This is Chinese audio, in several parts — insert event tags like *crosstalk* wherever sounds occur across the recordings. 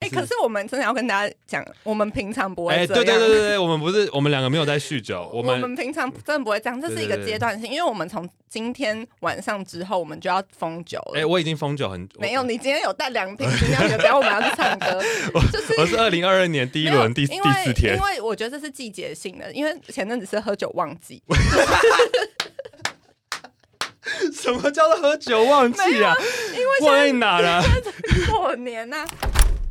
哎，可是我们真的要跟大家讲，我们平常不会哎，这样。对对对对对，我们不是我们两个没有在酗酒，我们们平常真的不会这样，这是一个对对对阶段性，因为我们从今天晚上之后，我们就要封酒了。哎，我已 *laughs* 经封酒很没有，，你今天有带两瓶精酿酒，不要我们要去唱歌，就是 *laughs* 我我是二零二二年第一没有轮第因第为四天因，为我觉得这是季节性的，因为前阵子是喝酒旺 *laughs* 季， *laughs* 什么叫做喝酒忘记啊？忘在哪了？ *laughs* 过年啊呐、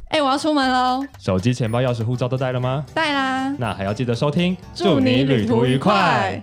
哎、我要出门喽，手机、钱包、钥匙、护照都带了吗？带啦！那还要记得收听，祝你旅途愉快。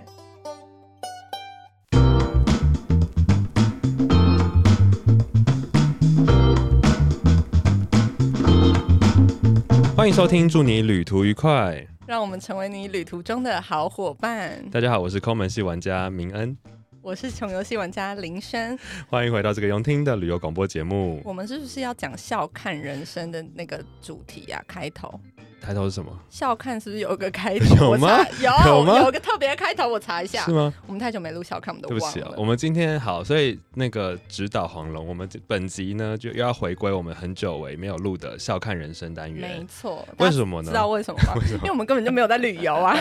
欢迎收听，祝你旅途愉快。让我们成为你旅途中的好伙伴。大家好，我是抠门系玩家明恩，我是穷游戏玩家林轩，欢迎回到这个用听的旅游广播节目。我们是不是要讲笑看人生的那个主题啊？开头抬头是什么？笑看是不是有一个开头？ *laughs* 有我吗查有有吗一个特别开头，我查一下是。吗？我们太久没录笑看，我们都对不起啊，我忘了。们今天好，所以那个指导黄龙，我们这本集呢就又要回归我们很久违没有录的笑看人生单没元。错，为什么呢知？道为什么吗？因为我们根本就没有在旅游啊，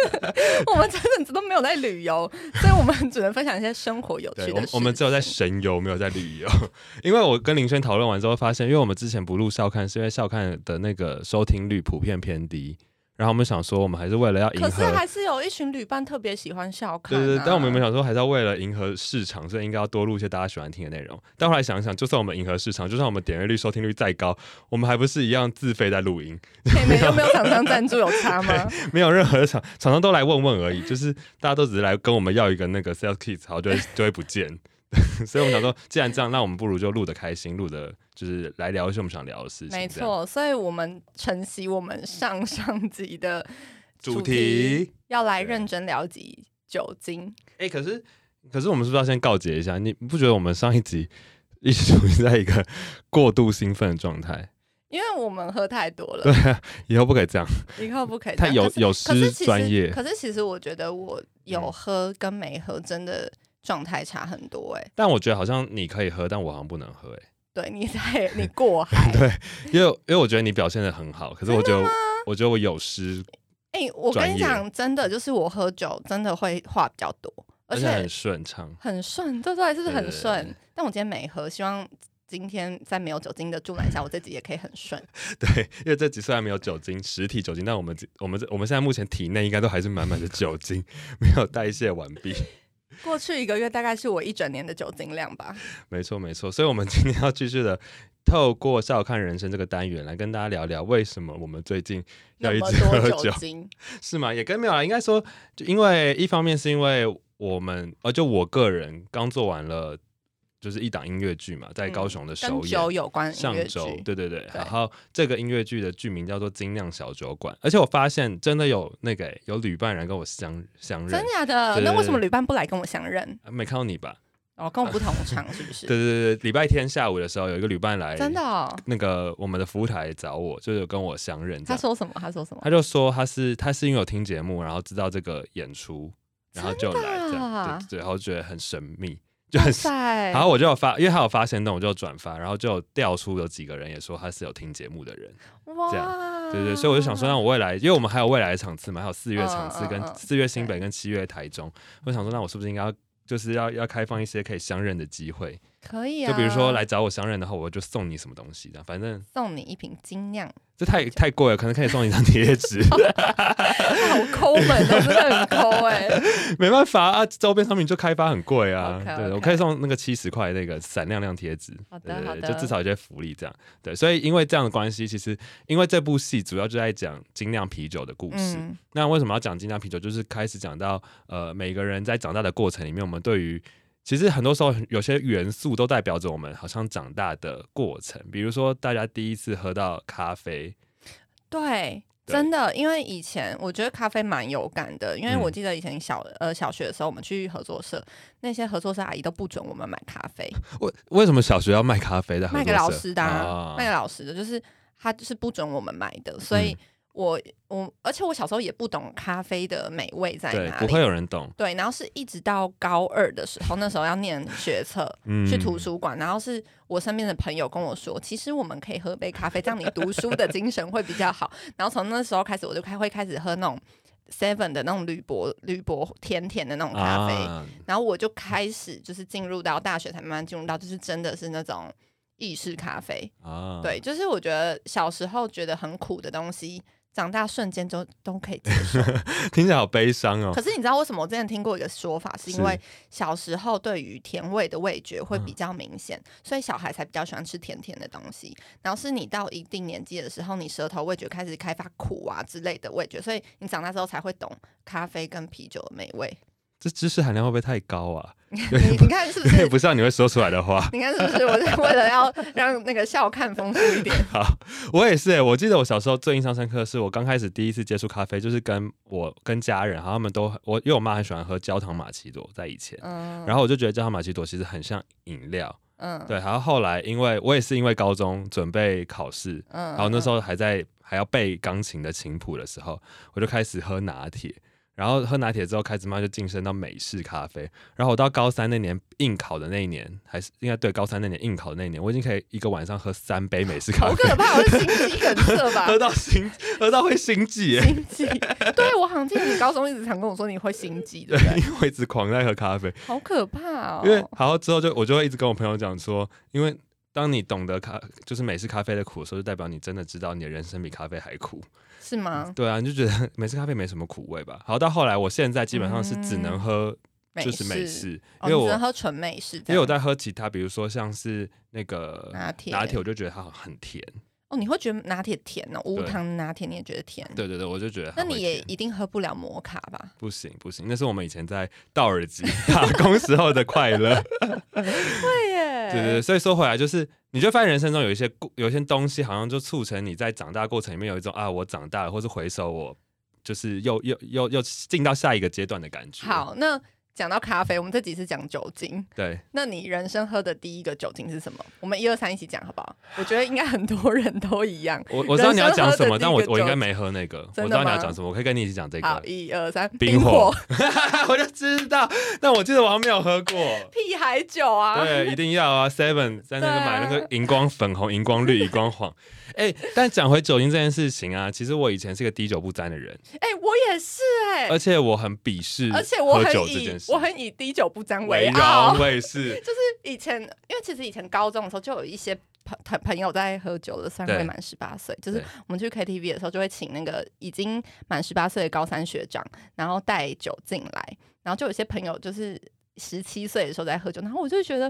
*laughs* 我们真的都没有在旅游，所以我们只能分享一些生活有对，趣我的们事。我们只有在神游，没有在旅游。 *laughs* 因为我跟林轩讨论完之后发现，因为我们之前不录笑看，是因为笑看的那个收听率普遍偏低。然后我们想说，我们还是为了要迎可是啊合，还是有一群旅伴特别喜欢笑看、对啊。对对。但我们有没有想说，还是要为了迎合市场，所以应该要多录一些大家喜欢听的内容。但后来想一想，就算我们迎合市场，就算我们点阅率、收听率再高，我们还不是一样自费在录音？ *laughs* 嘿没 *laughs* 有没有厂商赞助有差吗？没有任何的厂厂商都来问问而已，就是大家都只是来跟我们要一个那个 sales kit，然后就会就会不见。 *laughs* 所以我们想说，既然这样，那我们不如就录的开心，录的就是来聊一些我们想聊的事情。没这样，错，所以我们承袭我们上 *laughs* 上集的主题。要来对认真聊几酒精。哎、可是可是我们是不是要先告诫一下？你不觉得我们上一集一直处于在一个过度兴奋的状态？因为我们喝太多了对，啊，以后不可以这样。以后不可以这 *laughs* 太样。有可是有可是失其实专业。可是其实我觉得我有嗯喝跟没喝真的状态差很多哎、但我觉得好像你可以喝，但我好像不能喝、欸。对你 *laughs* *laughs* 在你过海，哎，因为因为我觉得你表现的很好，可是我觉得我觉得我有失，哎、我跟专你业讲，真的就是我喝酒真的会话比较多，而而且且很顺畅。很顺，对对，就是对很对对顺。但我今天没喝，希望今天在没有酒精的助澜下，我自己也可以很顺。对，因为这集虽然没有酒精，实体酒精，但我们这我们这我们现在目前体内应该都还是满满的酒精， *laughs* 没有代谢完毕。 *laughs* 过去一个月大概是我一整年的酒精量吧。没错，没错。所以，我们今天要继续的透过“笑看人生”这个单元来跟大家聊聊，为什么我们最近要那一么直多喝酒酒，精，是吗？也跟没有啦，应该说，就因为一方面是因为我们，呃，就我个人刚做完了，就是一档音乐剧嘛，在嗯高雄的首跟演。酒有关的音上乐周剧，对对对，然后这个音乐剧的剧名叫做《精酿小酒馆》，而且我发现真的有那个欸有旅伴人跟我相相认真，假的？对对那对为什么旅伴不来跟我相认？啊没看到你吧？哦，跟我不同场是不是对？对对，对礼拜天下午的时候有一个旅伴来，真的、哦？那个我们的服务台找我，就是有跟我相认这他样，说什么？他说什么？他就说他是他是因为有听节目，然后知道这个演出，然后就来这真的啊样，对对，然后觉得很神秘，就很哇。塞然后我就有发，因为他有发现动，我就有转发，然后就有调出有几个人也说他是有听节目的人，这哇，对对，所以我就想说，那我未来，因为我们还有未来的场次嘛，还有四月场次嗯嗯嗯跟嗯四月新北跟七月台中，我想说，那我是不是应该要就是要要开放一些可以相认的机会？可以啊，就比如说来找我相认的话，我就送你什么东西的，反正送你一瓶精酿，这太太贵了，可能可以送你一张 *laughs* 贴纸，好抠门啊的，真的很抠 *laughs* 哎、没办法啊，周边商品就开发很贵啊。 OK，对， OK 我可以送那个七十块那个闪亮亮贴纸，好的对好对的对，就至少有些福利这样。对，所以因为这样的关系，其实因为这部戏主要就在讲精酿啤酒的故事。嗯，那为什么要讲精酿啤酒？就是开始讲到呃，每个人在长大的过程里面，我们对于其实很多时候有些元素都代表着我们好像长大的过程。比如说，大家第一次喝到咖啡，对。对真的，因为以前我觉得咖啡蛮有感的，因为嗯我记得以前小呃小学的时候，我们去合作社，那些合作社阿姨都不准我们买咖啡，为为什么小学要卖咖啡的？卖给老师的、啊，卖啊给老师的，就是他就是不准我们买的，所以嗯我我，而且我小时候也不懂咖啡的啊美味在对，哪不里会。有人懂。对，然后是一直到高二的时候，那时候要念学测，嗯，去图书馆，然后是我身边的朋友跟我说，其实我们可以喝杯咖啡，这样你读书的精神会比较好。然后从那时候开始，我就开会开始喝那种 Seven 的那种铝箔铝箔甜甜的那种咖啡，啊，然后我就开始就是进入到大学，才慢慢进入到就是真的是那种意式咖啡。啊对，就是我觉得小时候觉得很苦的东西。长大瞬间就都可以接受，听起来好悲伤哦可。是你知道为什么？我之前听过一个说法，嗯是因是为小时候对于甜味的味觉会嗯比较明显，所以小孩才比较喜欢吃甜甜的东西。然后是你到一定年纪的时候，你舌头味觉开始开发苦啊之类的味觉，所以你长大之后才会懂咖啡跟啤酒的美味。这知识含量会不会太高啊？ *laughs* 你你看是不因为是？不像你会说出来的话。 *laughs* 你看是不是？我是为了要让那个笑看丰富 *laughs* 一点，我也是、欸，我记得我小时候最印象深刻的是我刚开始第一次接触咖啡，就是跟我跟家人，然后他们都很我因为我妈很喜欢喝焦糖玛奇朵，在以前，嗯，然后我就觉得焦糖玛奇朵其实很像饮料，嗯，对。然后后来因为我也是因为高中准备考试，嗯，然后那时候候还在还要背钢琴的琴谱的时候，我就开始喝拿铁。然后喝拿铁之后，开始慢慢就晋升到美式咖啡。然后我到高三那年应考的那一年，还是应该对高三那年应考的那一年，我已经可以一个晚上喝三杯美式咖好啡，可怕，我是心肌梗塞 *laughs* 吧喝？到心喝到会心悸耶。心悸，对我好像记得你高中一直常跟我说你会心悸，对对不对，？因为我一直狂在喝咖啡，好可怕哦！因为然后之后就我就会一直跟我朋友讲说，因为当你懂得咖就是美式咖啡的苦的时候，就代表你真的知道你的人生比咖啡还 *laughs* 苦。是吗？对啊，你就觉得美式咖啡没什么苦味吧？好，到后来我现在基本上是只能喝就是美式，因嗯哦、为你我、只能喝纯美式这样，因为我在喝其他，比如说像是那个拿铁拿铁，我就觉得它很甜。哦，你会觉得拿铁甜哦，无对糖拿铁你也觉得甜，对对对，我就觉得它那会你也甜一定喝不了摩卡吧？不行不行，那是我们以前在道尔吉打工时候的快乐。 *laughs* 对耶对对对，所以说回来就是，你就发现人生中有一些故有一些东西，好像就促成你在长大过程里面有一种啊，我长大了，或是回首我。就是又又又又进到下一个阶段的感觉。，好，那讲到咖啡，我们这集是讲酒精，对，那你人生喝的第一个酒精是什么？我们一二三一起讲好不好？我觉得应该很多人都一样。我我知道你要讲什人生喝的第一个么，但我酒我应该没喝那个。我真的知道你要吗讲什么，我可以跟你一起讲这好，个。一二三，冰火 *laughs* 火 *laughs* 我就知道，但我记得我好像没有喝过。屁孩酒啊，对，一定要啊！Seven 在那个买那个荧光粉红、荧光绿、荧光黄。哎、但讲回酒精这件事情啊，其实我以前是个滴酒不沾的人，哎、我也是哎、而且我很鄙视，而且我喝很酒这以件事，我很以滴酒不沾为傲荣，，我也是。 *laughs* 就是以前，因为其实以前高中的时候就有一些朋朋朋友在喝酒的，虽然对未满十八岁，就是对我们去 KTV 的时候就会请那个已经满十八岁的高三学长，然后带酒进来，然后就有些朋友就是。十七岁的时候在喝酒，然后我就觉得，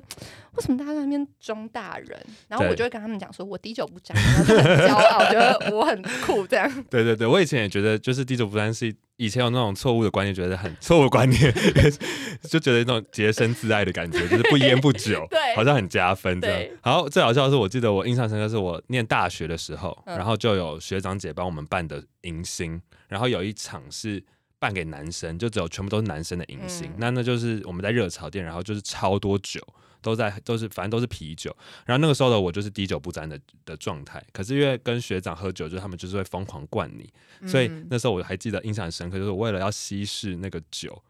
为什么大家在那边装大人？然后我对就会跟他们讲说，我滴酒不沾，然后就很骄傲，觉 *laughs* 得我很酷这样。对对对，我以前也觉得，就是滴酒不沾是以前有那种错误的观念，觉得很错误的观念， *laughs* 就觉得那种洁身自爱的感觉，就是不烟不酒， *laughs* 对好像很加分这样对。然后最好笑的是，我记得我印象深刻是我念大学的时候，嗯然后就有学长姐帮我们办的迎新，然后有一场是。办给男生，就只有全部都是男生的迎新，嗯那那就是我们在热炒店，然后就是超多酒，都在都是反正都是啤酒，然后那个时候的我就是滴酒不沾的的状态，可是因为跟学长喝酒，就是他们就是会疯狂灌你，所以嗯那时候我还记得印象很深刻，就是我为了要稀释那个酒，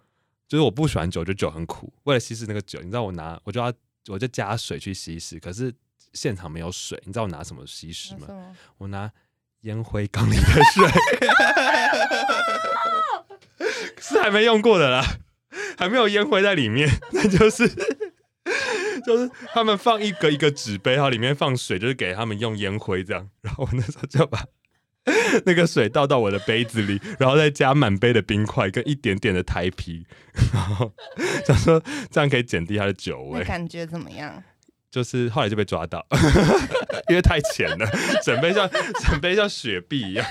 就是我不喜欢酒，就酒很苦，为了稀释那个酒，你知道我拿我就要我就加水去稀释，可是现场没有水，你知道我拿什么稀释那吗什？么我拿烟灰缸里的水，是还没用过的啦，还没有烟灰在里面， *laughs* 那就是。就是他们放一个一个纸杯，然后里面放水，就是给他们用烟灰这样。然后我那时候就把那个水倒到我的杯子里，然后再加满杯的冰块跟一点点的台啤，然后想说这样可以减低它的酒那味。感觉怎么样？就是后来就被抓到， *laughs* 因为太浅了， *laughs* 整杯像整杯像雪碧一样。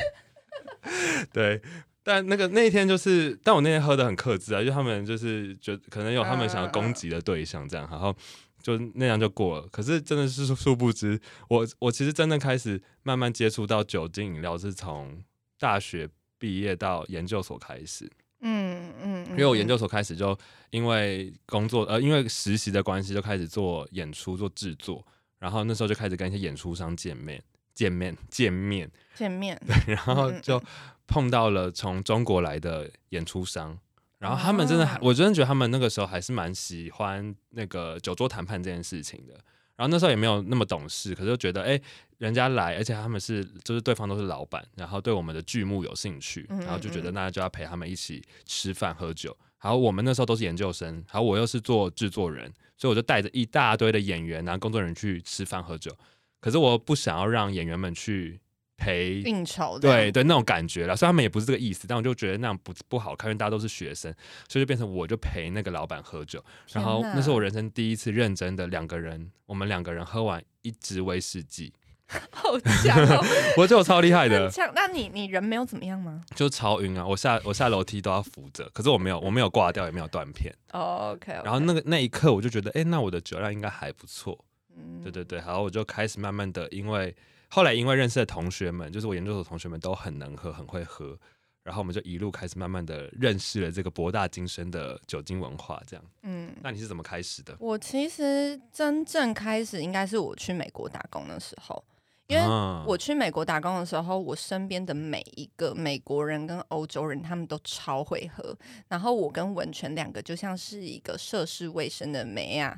*laughs* 对，但那个那一天就是，但我那天喝的很克制啊，就他们就是觉得可能有他们想要攻击的对象这样，然后就那样就过了。可是真的是殊殊不知，我我其实真正开始慢慢接触到酒精饮料是从大学毕业到研究所开始。嗯嗯，嗯因为我研究所开始就因为工作呃，因为实习的关系就开始做演出做制作，然后那时候就开始跟一些演出商见面，见面见面，见面，然嗯后就碰到了从中国来的演出商。然后他们真的还，哦我真的觉得他们那个时候还是蛮喜欢那个酒桌谈判这件事情的。然后那时候也没有那么懂事，可是就觉得，哎，人家来，而且他们是就是对方都是老板，然后对我们的剧目有兴趣，嗯然后就觉得嗯那就要陪他们一起吃饭喝酒。然后我们那时候都是研究生，然后我又是做制作人，所以我就带着一大堆的演员，然后工作人员去吃饭喝酒。可是我不想要让演员们去陪应酬这样 *laughs* 对对，那种感觉啦。虽然他们也不是这个意思，但我就觉得那样不不好看，因为大家都是学生，所以就变成我就陪那个老板喝酒。然后天哪那是我人生第一次认真的两个人，我们两个人喝完一支威士忌， *laughs* 好强哦，我觉得我超厉害很的，强。那你你人没有怎么样吗就超晕啊！我下我下楼梯都要扶着，可是我没有我没有挂掉，也没有断片。 ？OK，然后那个那一刻我就觉得，哎，那我的酒量应该还不错。嗯对对对，然后我就开始慢慢的，因为后来因为认识的同学们，就是我研究所同学们都很能喝，很会喝，然后我们就一路开始慢慢的认识了这个博大精深的酒精文化。这样，嗯，那你是怎么开始的？我其实真正开始应该是我去美国打工的时候，因为啊我去美国打工的时候，我身边的每一个美国人跟欧洲人，他们都超会喝。然后我跟文泉两个就像是一个涉世未深的梅亚，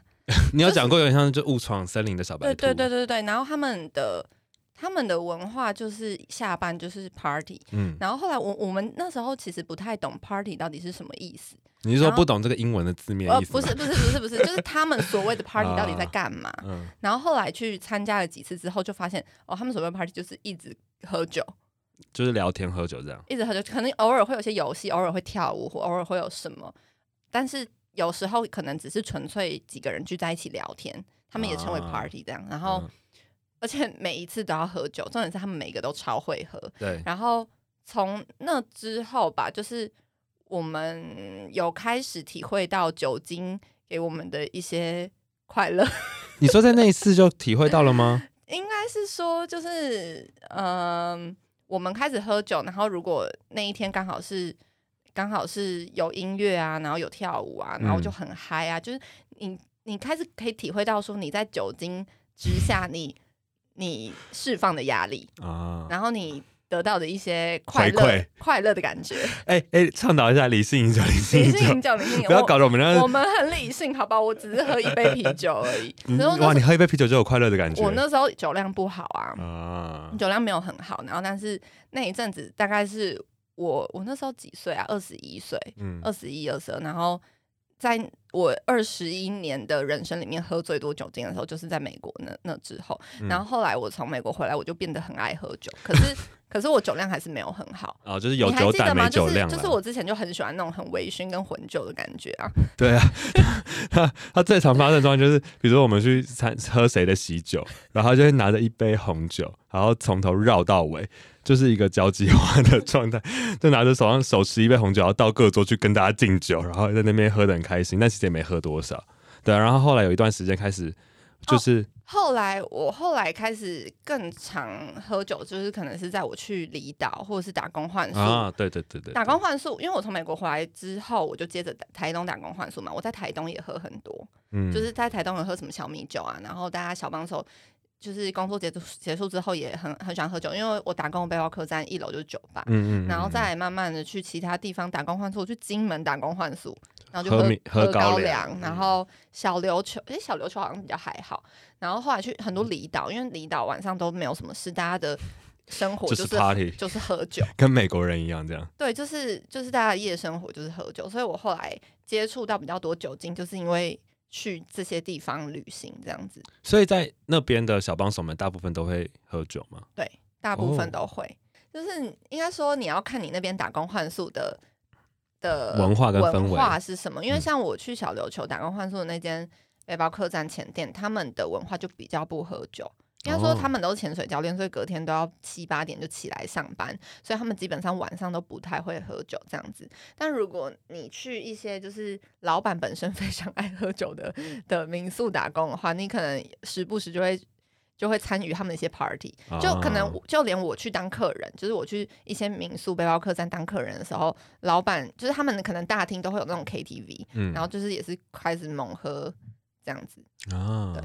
你有讲过有点像就误闯森林的小对白兔，对对对对。然后他们的他们的文化就是下班就是 party。嗯，然后后来我我们那时候其实不太懂 party 到底是什么意思，你是说然后不懂这个英文的字面呃，意思不吗？是不是不是不是，就是他们所 *laughs* 谓的 party 到底在啊干嘛？嗯，然后后来去参加了几次之后，就发现哦，他们所谓的 party 就是一直喝酒，就是聊天喝酒这样。一直喝酒，可能偶尔会有些游戏，偶尔会跳舞，或偶尔会有什么，但是有时候可能只是纯粹几个人聚在一起聊天，他们也称为啊 party 这样。然后、嗯而且每一次都要喝酒，重点是他们每个都超会喝。对，然后从那之后吧，就是我们有开始体会到酒精给我们的一些快乐。 *laughs* 你说在那一次就体会到了吗？应该是说，就是嗯、我们开始喝酒，然后如果那一天刚好是刚好是有音乐啊，然后有跳舞啊，然后我嗯就很嗨啊，就是你你开始可以体会到说你在酒精之下你你释放的压力，啊，然后你得到的一些快回乐馈快乐的感觉。哎哎，倡导一下理性饮酒，理性理饮性酒饮，酒，理性饮不要搞得我们那我们很理性，好吧？我只是喝一杯啤酒而已。嗯然后哇，那你时喝一杯啤酒就有快乐的感觉。候我那时候酒量不好啊，啊，酒量没有很好，然后但是那一阵子大概是我我那时候几岁啊？二十一岁，嗯二十一、二十二，然后在我二十一年的人生里面喝最多酒精的时候，就是在美国那那之后，嗯然后后来我从美国回来，我就变得很爱喝酒，可 *laughs* 是可是我酒量还是没有很好。哦，就是有呃你还酒记得胆吗？没就酒是量就是啦我之前就很喜欢那种很微醺跟混酒的感觉啊，对啊，他他最常发生的状况就是，比如说我们去参喝谁的喜酒，然后他就会拿着一杯红酒，然后从头绕到尾，就是一个交际花的状态，就拿着手上手持一杯红酒，然后到各桌去跟大家敬酒，然后在那边喝的很开心，但其实也没喝多少。对啊，然后后来有一段时间开始，就是、后来我后来开始更常喝酒，就是可能是在我去离岛或者是打工换宿。啊，对对对对，打工换宿，因为我从美国回来之后，我就接着台东打工换宿嘛。我在台东也喝很多，嗯就是在台东有喝什么小米酒啊，然后大家小帮手就是工作结束结束之后也很很喜欢喝酒，因为我打工的背包客栈一楼就是酒吧，嗯嗯，然后嗯再慢慢的去其他地方打工换宿，我去金门打工换宿，然后就喝喝米喝喝高粱粱，嗯然后小琉球，诶，小琉球好像比较还好，然后后来去很多离岛，因为离岛晚上都没有什么事，大家的生活就就是是 party 就是喝酒，跟美国人一样这样，对，就是就是大家的夜生活就是喝酒，所以我后来接触到比较多酒精，就是因为去这些地方旅行这样子，所以在那边的小帮手们大部分都会喝酒嘛。对，大部分哦都会，就是应该说你要看你那边打工换宿的的文化跟氛文围化是什么，因为嗯像我去小琉球打工换宿的那间背包客栈前店，他们的文化就比较不喝酒。应该说哦他们都是潜水教练，所以隔天都要七八点就起来上班，所以他们基本上晚上都不太会喝酒这样子。但如果你去一些就是老板本身非 *laughs* 常爱喝酒的嗯的民宿打工的话，你可能时不时就会就会参与他们的一些 party，就可能啊我就连我去当客人，就是我去一些民宿背包客栈当客人的时候，老板就是他们可能大厅都会有那种 KTV，嗯然后就是也是开始猛喝这样子，啊，对，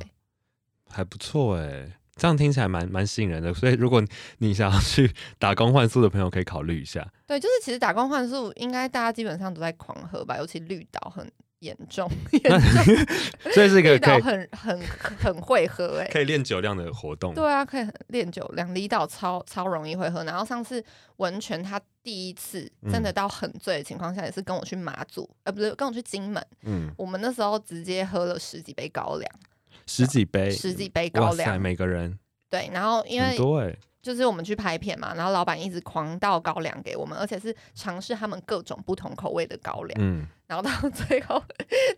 还不错哎、这样听起来蛮蛮吸引人的。所以如果你想要去打工换宿的朋友，可以考虑一 *laughs* 下。对，就是其实打工换宿，应该大家基本上都在狂喝吧，尤其绿岛很严 *laughs* 重，严重所以是一绿个可岛以很很很会喝哎、可以练酒量的活动。对啊，可以很练酒量，离岛超超容易会喝。然后上次文泉他第一次嗯真的到很醉的情况下，也是跟我去马祖，呃，不是跟我去金门，嗯，我们那时候直接喝了十几杯高粱，十几杯，十几杯哎哇高塞，粱。每个人对，然后因很为多哎、就是我们去拍片嘛，然后老板一直狂倒高粱给我们，而且是尝试他们各种不同口味的高粱，嗯，然后到最后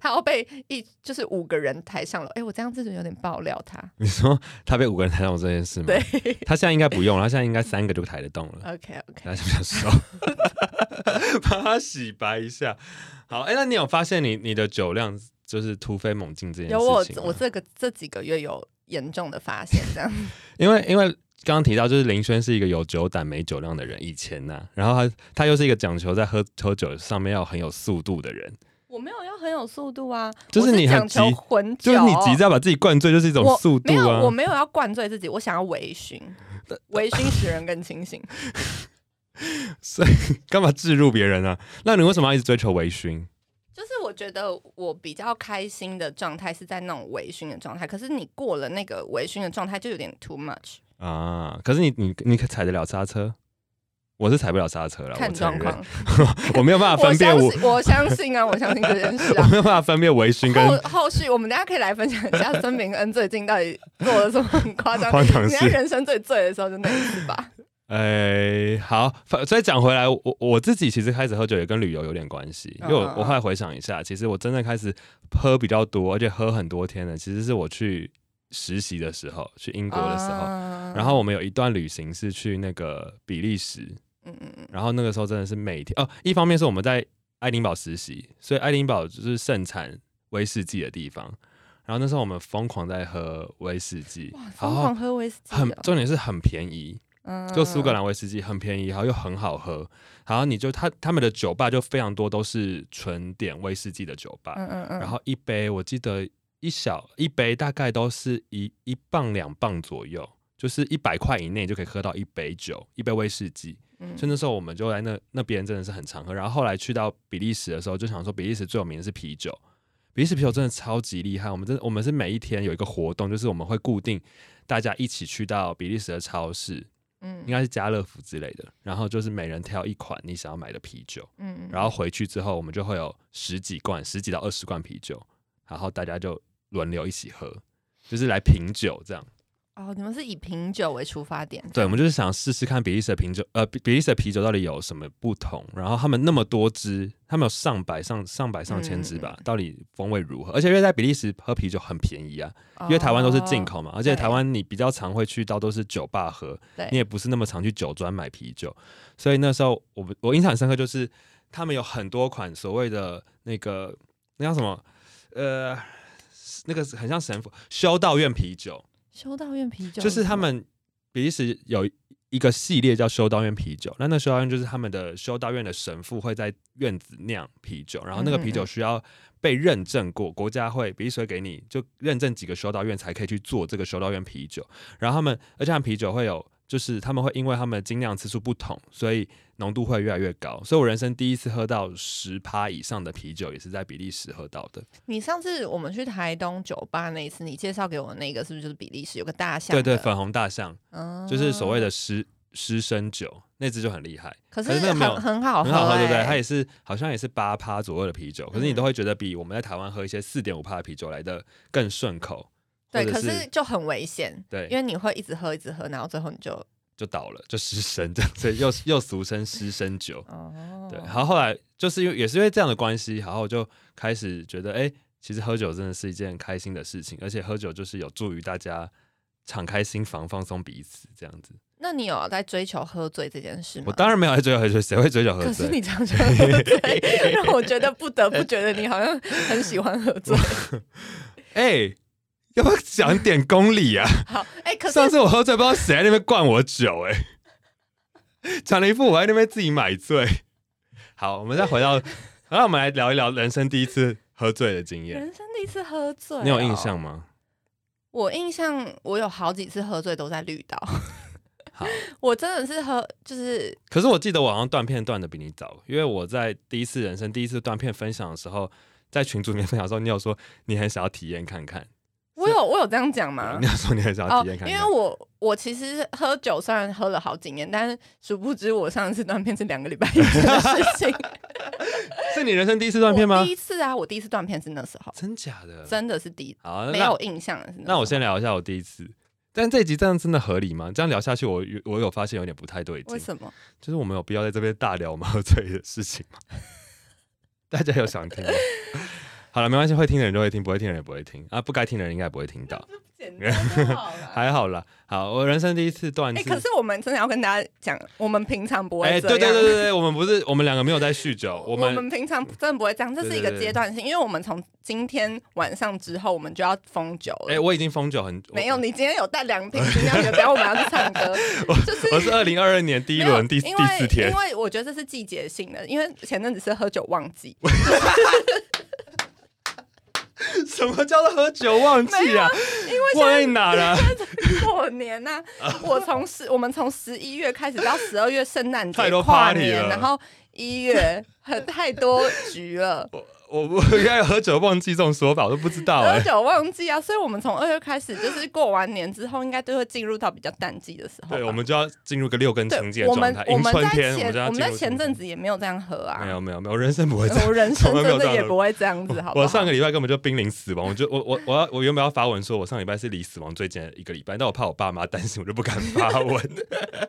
他要被一就是五个人抬上楼。哎，我这样子有点爆料他。你说他被五个人抬动这件事吗？对他现在应该不用了，他现在应该三个就抬得动了。 *laughs* OK OK，大家比较熟， *laughs* 把它洗白一下。好，哎、那你有发现你你的酒量就是突飞猛进这件有我事情吗？啊我这个这几个月有严重的发现，这样因为因为刚刚提到，就是林轩是一个有酒胆没酒量的人，以前呐、然后他他又是一个讲求在喝喝酒上面要很有速度的人， *laughs* 我没有要很有速度啊，就是我你很讲求急混酒，就是你急着要把自己灌醉，就是一种我速度没有，啊我。没有要灌醉自己，我想要微 *laughs* 醺，微醺使人更清醒。干嘛置入别人啊？那你为什么要一直追求微醺？就是我觉得我比较开心的状态是在那种微醺的状态，可是你过了那个微醺的状态就有点 too much，啊！可是你你你可踩得了刹车，我是踩不了刹车了，啊我看状承认， *laughs* 况。我没有办法我分辨相我，信，我相信啊，我相信这件事我 *laughs* 啊没。有办法分辨微醺跟后后续我们大家可以来分享一下孙明恩最近到底做了什么很夸 *laughs* 张。荒唐你在事。人生最醉的时候就那一次吧。哎，好，反所以讲回来，我我自己其实开始喝酒也跟旅游有点关系，因为我嗯嗯嗯我后来回想一下，其实我真的开始喝比较多，而且喝很多天的，其实是我去实习的时候，去英国的时候。啊然后我们有一段旅行是去那个比利时，嗯嗯嗯，然后那个时候真的是每天哦，一方面是我们在爱丁堡实习，所以爱丁堡就是盛产威士忌的地方。然后那时候我们疯狂在喝威士忌哇，，然疯后狂喝威士忌哦，很重点是很便宜，嗯就苏格兰威士忌很便宜，然后又很好喝。然后你就他他们的酒吧就非常多都是纯点威士忌的酒吧，嗯嗯嗯，然后一杯我记得一小一杯大概都是一一磅两磅左右，就是一百块以内就可以喝到一杯酒，一杯威士忌。嗯所以那时候我们就来那那边真的是很常喝。然后后来去到比利时的时候，就想说比利时最有名的是啤酒，比利时啤酒真的超级厉害。我们真的我们是每一天有一个活动，就是我们会固定大家一起去到比利时的超市，嗯应该是家乐福之类的，然后就是每人挑一款你想要买的啤酒，嗯，然后回去之后我们就会有十几罐、十几到二十罐啤酒，然后大家就轮流一起喝。就是来品酒这样，哦，你们是以品酒为出发点，对，我们就是想试试看比利时的啤酒，呃，比比利时的啤酒到底有什么不同？然后他们那么多支，他们有上百、上上百、上千支吧，到底风味如何？而且因为在比利时喝啤酒很便宜啊，因为台湾都哦是进口嘛，而且对台湾你比较常会去到都是酒吧喝，对你也不是那么常去酒庄买啤酒，所以那时候我我印象很深刻，就是他们有很多款所谓的那个那叫什么，呃，那个很像神父修道院啤酒，修道院啤酒，就是他们比利时有一个系列叫修道院啤酒，那那修道院就是他们的修道院的神父会在院子酿啤酒，然后那个嗯啤嗯酒需要被认证过，国家会比利时会给你就认证几个修道院才可以去做这个修道院啤酒，然后他们而且他们啤酒会有。就是他们会因为他们的精酿次数不同，所以浓度会越来越高。所以我人生第一次喝到十趴以上的啤酒，也是在比利时喝到的。你上次我们去台东酒吧那一次，你介绍给我那个是不是就是比利时有个大象对的？对，粉红大象嗯就是所谓，的湿湿身酒，那支就很厉害。可是可是那个很没有很好很好喝，对不对？欸它也是好像也是八趴左右的啤酒，可是你嗯都会觉得比我们在台湾喝一些四点五趴的啤酒来的更顺口，对，或者可是是就很危险，对因为你会一直喝一直喝，然后最后你就就倒了，就失身这样，*laughs* 所以又又俗称失身酒。哦，对，然后后来就是因为也是因为这样的关系，然后我就开始觉得，哎，其实喝酒真的是一件开心的事情，而且喝酒就是有助于大家敞开心房、放松彼此这样子。那你有在追求喝醉这件事吗？我当然没有在追求喝酒，谁会追求喝可是醉？你常常喝醉，让我觉得不得不觉得你好像很喜欢喝 *laughs* 醉。哎，要不要讲点公理啊？好，哎、可是 *laughs* 上次我喝醉，不知道谁在那边灌我酒、哎， *laughs* 讲了一副我在那边自己买醉。好，我们再 *laughs* 回到，好，我们来聊一聊人生第一次喝醉的经验，人生第一次喝醉、啊哦你有印象？吗？我印象我有好几次喝醉都在绿岛 *laughs* 好，我真的是喝就是可是我记得我好像断片断的比你早，因为我在第一次人生第一次断片分享的时候，在群组里面分享的时候，你有说你很想要体验看看，我有我有这样讲吗你？有说你很想要哦，体验看因看，为我我其实喝酒虽然喝了好几年，但是殊不知我上一次断片是两个礼拜以前的事情。是你人生第一次 *laughs* 断片我吗第？一次啊，我第一次断片是那时候，真假的？真的是第一，好，没那有印象的是时候那我先聊一下我第一次。但这一集这样真的合理吗？这样聊下去我有，我有发现有点不太对劲为。 *laughs* 什么？就是我们有必要在这边大聊我们喝醉的事情吗？ *laughs* 大家有想听吗？好了，没关系，会听的人就会听，不会听的人也不会听啊，不该听的人应该也不会听到，简单就好了。还好啦。好，我人生第一次 *laughs* 断哎、是，可是我们真的要跟大家讲，我们平常不会哎这对、样。对对对对，我们不是我们两个没有在酗酒，我们们平常真的不会这样，这是一个阶段性，因为我们从今天晚上之后，我们就要封酒了。哎、我已经封酒很没有，我你今天有带两瓶精酿酒，不要我们 *laughs* 要去唱歌，就是我是二零二二年第一没有轮第因第为四天因，为我觉得这是季节性的，因为前阵子是喝酒旺 *laughs* 季， *laughs* 什么叫做喝酒忘记啊？因为忘在哪了？过年呐、 *laughs* 我从十我们从十一月开始到十二月圣诞节太多跨 party 年，了然后一月很太多局 *laughs* 了。我不应该有喝酒忘记这种说法，我都不知 *laughs* 道哎、喝酒旺季啊，所以我们从二月开始，就是过完年之后，应该都会进入到比较淡季的时候吧。对，我们就要进入个六根对清净的我状们态，我迎们春在天，前就要我们进入在前春天阵子也没有这样喝啊，没有没有没有，人生不会这样。我人生从来没真有的这样也喝不会这样子，好不好？我上个礼拜根本就濒临死亡，我就我我我要我原本要发文说，我上礼拜是离死亡最近的一个礼拜，但我怕我爸妈担心，我就不敢发文。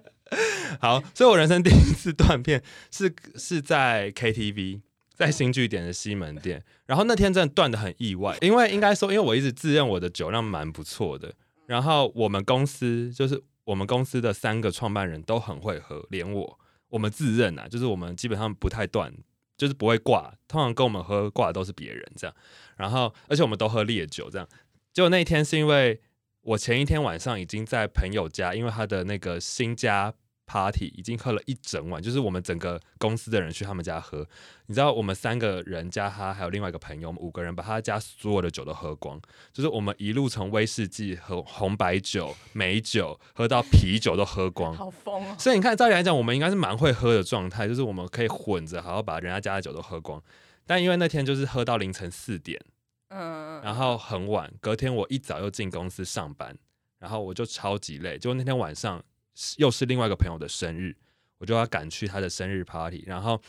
*laughs* 好，所以我人生第一次断片 *laughs* 是是在 KTV，在新据点的西门店，然后那天真的断的很意外，因为应该说，因为我一直自认我的酒量蛮不错的，然后我们公司就是我们公司的三个创办人都很会喝，连我我们自认啊，就是我们基本上不太断。就是不会挂，通常跟我们喝挂的都是别人这样。然后而且我们都喝烈酒这样。结果那一天是因为我前一天晚上已经在朋友家，因为他的那个新家 party 已经喝了一整晚，就是我们整个公司的人去他们家喝。你知道我们三个人加他还有另外一个朋友，我们五个人把他家所有的酒都喝光，就是我们一路从威士忌和红白酒、美酒喝到啤酒都喝光。好疯哦！所以你看，照理来讲，我们应该是蛮会喝的状态，就是我们可以混着，好好把人家家的酒都喝光。但因为那天就是喝到凌晨四点，嗯，然后很晚，隔天我一早又进公司上班，然后我就超级累。结果那天晚上又是另外一个朋友的生日，我就要赶去他的生日 party，然后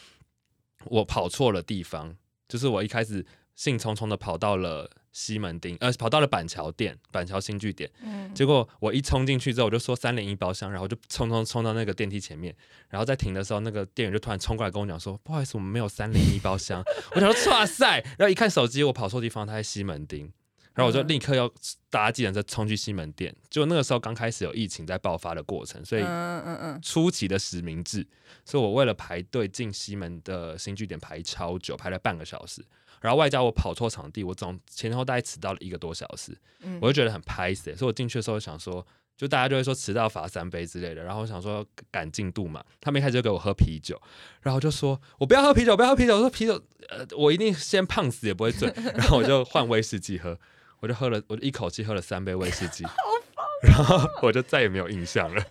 我跑错了地方，就是我一开始兴冲冲的跑到了西门町，呃，跑到了板桥店，板桥新据点。嗯结果我一冲进去之后，我就说三零一包厢，然后我就冲冲冲到那个电梯前面，然后在停的时候，那个店员就突然冲过来跟我讲说：“不好意思，我们没有三零一包厢。” *laughs* 我想说：“哇塞！”然后一看手机，我跑错地方，他在西门町。然后我就嗯立刻要搭计程车冲去西门店。就那个时候刚开始有疫情在爆发的过程，所以嗯嗯嗯，初期的实名制，所以我为了排队进西门的新据点排超久，排了半个小时。然后外加我跑错场地，我总前后大概迟到了一个多小时，嗯我就觉得很拍死、欸所以我进去的时候想说，就大家就会说迟到罚三杯之类的，然后我想说赶进度嘛，他们一开始就给我喝啤酒，然后我就说我不要喝啤酒，不要喝啤酒，我说啤酒，呃，我一定先胖死也不会醉，然后我就换威士忌喝，我就喝了，我就一口气喝了三杯威士忌，然后我就再也没有印象了。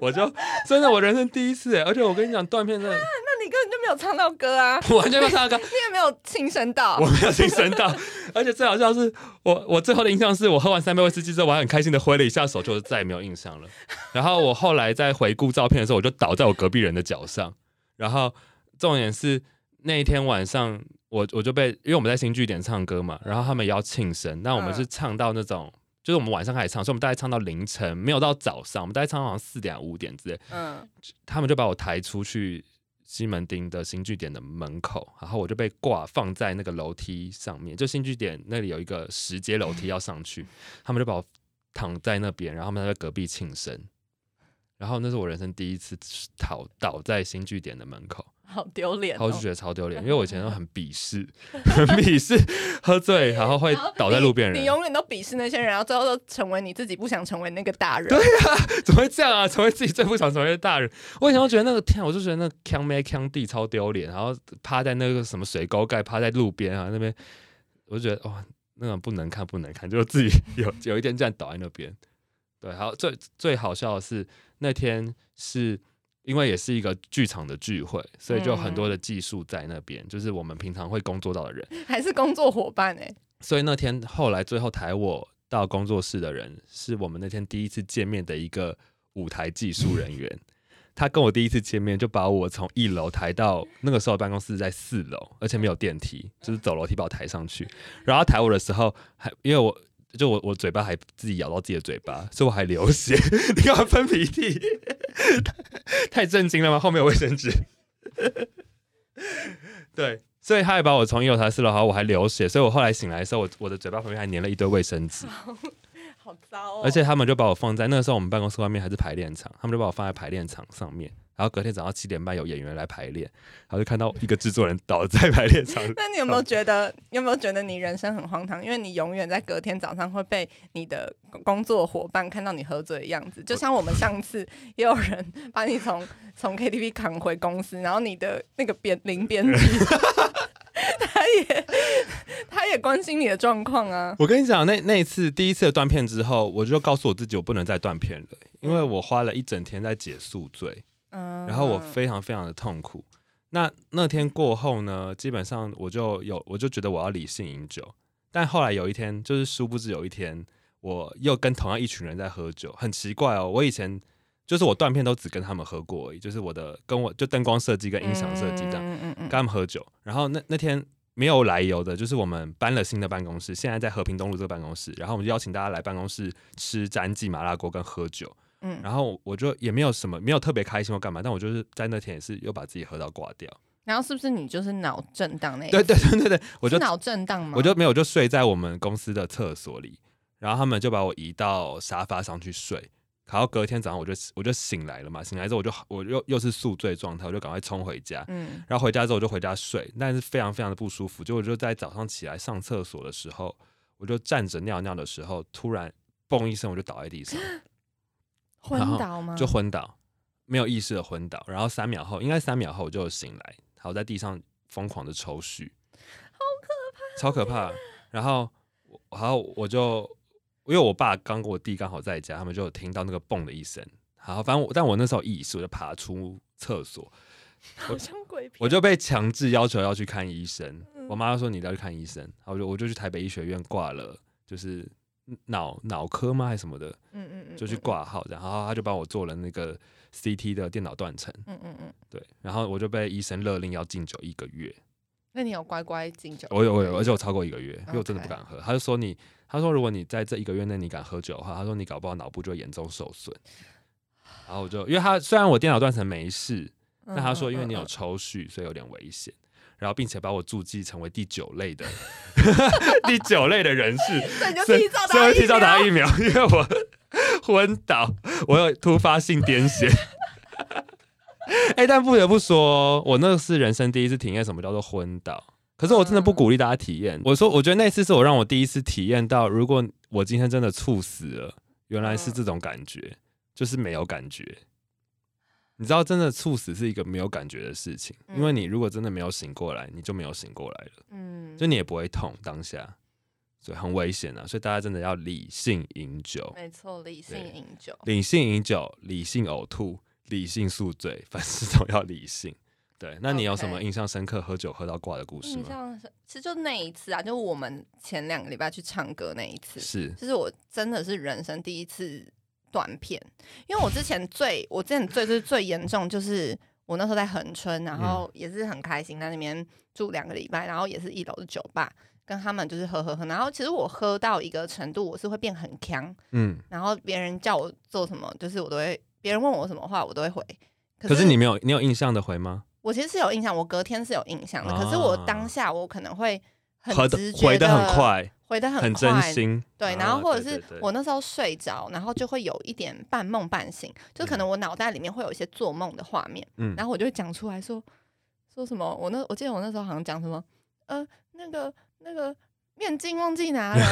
我就真的我人生第一次哎，而且我跟你讲，断片真的那你根本就没有唱到歌啊，我完全没有唱到歌，你也没有亲身到我。没有听声到，而且最好笑的是我我最后的印象是我喝完三杯威士忌之后，我还很开心的挥了一下手，就再也没有印象了。然后我后来在回顾照片的时候，我就倒在我隔壁人的脚上。然后重点是那一天晚上，我我就被因为我们在新据点唱歌嘛，然后他们也要庆生，那我们嗯是唱到那种。就是我们晚上开始唱，所以我们大概唱到凌晨，没有到早上，我们大概唱到好像四点五点之类。嗯，他们就把我抬出去西门町的新据点的门口，然后我就被挂放在那个楼梯上面，就新据点那里有一个石阶楼梯要上去，他们就把我躺在那边，然后他们在隔壁庆生。然后那是我人生第一次倒倒在新据点的门口，好丢脸、然后我哦就。觉得超丢脸，因为我以前都很 *laughs* 鄙视，很鄙视喝醉然后会然后倒在路边你，人你，永远都鄙视那些人，然后最后都成为你自己不想成为那个大 *laughs* 人。怎么会这样啊？成为自己最不想成为的大人。我以前都觉得那个天啊，我就觉得那个坑妹坑弟超丢脸，然后趴在那个什么水沟盖，趴在路边啊那边，我就觉得哇、那个不能看不能看，就自己有有一天这样倒在那边。 *laughs* 对，还有最最好笑的是那天是因为也是一个剧场的聚会，所以就很多的技术在那边，就是我们平常会工作到的人。还是工作伙伴哎、所以那天后来最后抬我到工作室的人，是我们那天第一次见面的一个舞台技术人员。他跟我第一次见面，就把我从一楼抬到那个时候办公室在四楼，而且没有电梯，就是走楼梯把我抬上去。然后他抬我的时候，还因为我就我我嘴巴还自己咬到自己的嘴巴，所以我还流血。 *laughs* 你干嘛喷鼻涕？ *laughs* 太震惊了吗？后面有卫生纸。 *laughs* 对，所以他还把我从一楼抬到四楼，好，我还流血，所以我后来醒来的时候，我我的嘴巴旁边还粘了一堆卫生纸，好糟哦。而且他们就把我放在那个时候我们办公室外面还是排练场，他们就把我放在排练场上面。然后隔天早上七点半有演员来排练，然后就看到一个制作人倒在排练场 *laughs* 那你有没有觉得，有没有觉得你人生很荒唐？因为你永远在隔天早上会被你的工作伙伴看到你喝醉的样子，就像我们上次也有人把你从从 KTV 扛回公司，然后你的那个编零编 *laughs* 辑，他也他也关心你的状况啊。我跟你讲，那那一次第一次的断片之后，我就告诉我自己我不能再断片了，因为我花了一整天在解宿醉。嗯，然后我非常非常的痛苦。那那天过后呢，基本上我就有我就觉得我要理性饮酒，但后来有一天，就是殊不知有一天，我又跟同样一群人在喝酒，很奇怪哦。我以前就是我断片都只跟他们喝过而已，就是我的跟我就灯光设计跟音响设计这样，嗯嗯嗯跟他们喝酒。然后那那天没有来由的，就是我们搬了新的办公室，现在在和平东路这个办公室，然后我们就邀请大家来办公室吃詹记麻辣锅跟喝酒。嗯嗯。然后我就也没有什么，没有特别开心或干嘛，但我就是在那天也是又把自己喝到挂掉。然后是不是你就是脑震荡那一次？对对对对对，我就是脑震荡哎吗？我就没有，我就睡在我们公司的厕所里，然后他们就把我移到沙发上去睡。然后隔天早上我就我就醒来了嘛，醒来之后我就我又又是宿醉状态，我就赶快冲回家。嗯然后回家之后我就回家睡，但是非常非常的不舒服。就我就在早上起来上厕所的时候，我就站着尿尿的时候，突然嘣一声我就倒在地上。 *gasps* 昏然后倒吗？就昏倒，没有意识的昏倒，然后三秒后，应该三秒后我就醒来，然后在地上疯狂的抽搐，好可怕，超可怕。然后我，然后我就因为我爸刚跟我弟刚好在家，他们就有听到那个嘣的一声，然后反正我，但我那时候有意识，我就爬出厕所，好像鬼片。嗯我就被强制要求要去看医生，我妈说你一定要去看医生，然后我就我就去台北医学院挂了，就是脑脑科吗还是什么的，嗯嗯嗯，就去嗯。挂号，然后他就帮我做了那个 CT 的电脑断层，嗯嗯嗯，对，然后我就被医生勒令要禁酒一个月，那你有乖乖敬酒？嗯我有我有，而且我超过一个月，因为我真的不 OK 敢喝。他就说你，他说如果你在这一个月内你敢喝酒的话，他说你搞不好脑部就会严重受损。然后我就，因为他虽然我电脑断层没事，嗯但他说因为嗯你嗯 *laughs* 有抽搐，所以有点危险。然后，并且把我注记成为第九 *laughs* 类的 *laughs* 第九类的人士，所以你就所以提早所以打我提早打疫苗。疫苗，因为我昏倒，我有突发性癫痫。 *laughs* 哎、但不得不说，我那是人生第一次体验什么叫做昏倒。可是我真的不鼓励大家体验。我说，我觉得那次是我让我第一次体验到，如果我今天真的猝死了，原来是这种感觉，就是没有感觉。你知道，真的猝死是一个没有感觉的事情，因为嗯你如果真的没有醒过来，你就没有醒过来了。嗯就你也不会痛当下，所以很危险啊！所以大家真的要理性饮酒，没错，理性饮酒。理性饮酒，理性呕吐，理性宿醉， *laughs* 凡事都要理性。对，那你有什么 OK 印象深刻喝酒喝到挂的故事印吗？象是，其实就那一次啊，就我们前两个礼拜去唱歌那一次，是，就是我真的是人生第一次断片，因为我之前最，我之前最最最严重就是。我那时候在恒春，然后嗯也是很开心，在那边住两个礼拜，然后也是一楼的酒吧，跟他们就是喝喝喝。然后其实我喝到一个程度，我是会变很强，嗯，然后别人叫我做什么，就是我都会，别人问我什么话，我都会回。可是你没有，你有印象的回吗？我其实是有印象，我隔天是有印象的，啊可是我当下我可能会很回的直觉回的的很，快，回的很很真快，心。对，啊然后或者对是对对我那时候睡着，然后就会有一点半梦半醒，就可能我脑袋里面会有一些做梦的画面，嗯然后我就会讲出来说说什么，我那我记得我那时候好像讲什么，呃，那个那个。面镜忘记拿了， *laughs*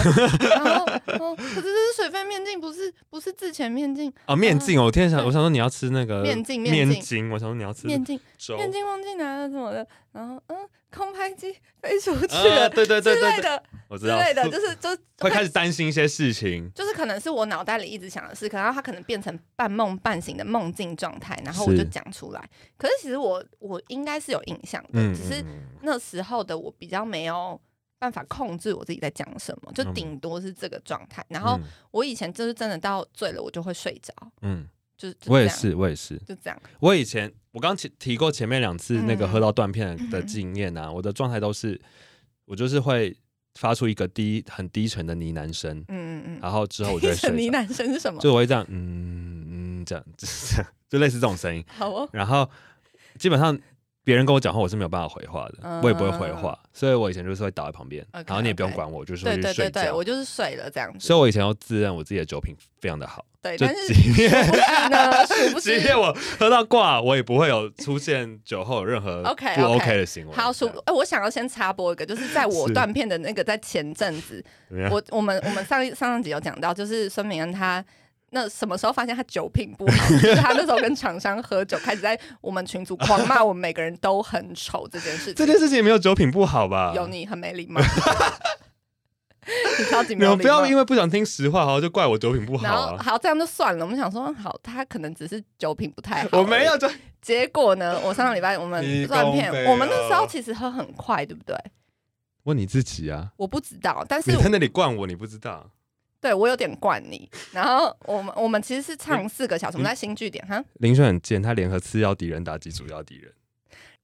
然后哦，可是这是水分面镜，不是不是自前面镜，啊，面镜哦，我天想，我想说你要吃那嗯个面镜面面镜筋，我想说你要吃面镜粥面镜忘记拿了什么的，然后嗯，空拍机 *laughs* 飞出去啊了对对对之对类对，的我知之道，类的，就是就会开始担心一些事情。就是可能是我脑袋里一直想的事，可能它可能变成半梦半醒的梦境状态，然后我就是讲出来。可是其实我我应该是有印象的，嗯，只是嗯那时候的我比较没有办法控制我自己在讲什么，就嗯顶多是这个状态。然后嗯我以前就是真的到醉了，我就会睡着，嗯，就是就我也这样是，我也是，就这样。我以前我刚提提过前面两次那个嗯喝到断片的经验啊，我的状态都是我就是会发出一个低很低沉的呢喃声，嗯嗯嗯。然后之后 *laughs* 我就一会整呢睡着，男生是什么？就我会这样，嗯嗯，这样， *laughs* 这样，就类似这种声音。好哦，然后基本上别人跟我讲话，我是没有办法回话的，嗯我也不会回话，所以我以前就是会倒在旁边， OK，然后你也不用 OK 管我，我就是会对去对对睡对，觉我。就是睡了这样所子。以我以前都自认我自己的酒品非常的好，对，就但是即便殊不知呢， *laughs* 殊不即知便我喝到挂，我也不会有出现酒后有任何 OK，不 OK OK 的行为。好，这说样，哎、我想要先插播一个，就是在我是嗯断片的那个，在前阵子，怎么样我我们我们上一上上集有讲到，就是孙明恩他。那什么时候发现他酒品不好？就是他那时候跟厂商喝酒，开始在我们群组狂骂我们每个人都很丑这件事这情。件事情也没有酒品不好吧？有你很没礼 *laughs* 貌，你超级你没有们礼不要貌。因为不想听实话，然后就怪我酒品不好然后啊！好这样就算了，我们想说好，他可能只是酒品不太好。我没有。就结果呢，我上个礼拜我你们断片公费，我们那时候哦其实喝很快，对不对？问你自己啊，我不知道，但是 *laughs* 你在那里灌我，你不知道。对我有点惯你。然后我们我们其实是唱四个小时，我们在新据点哈。林轩很贱，他联合次要敌人打击主要敌人。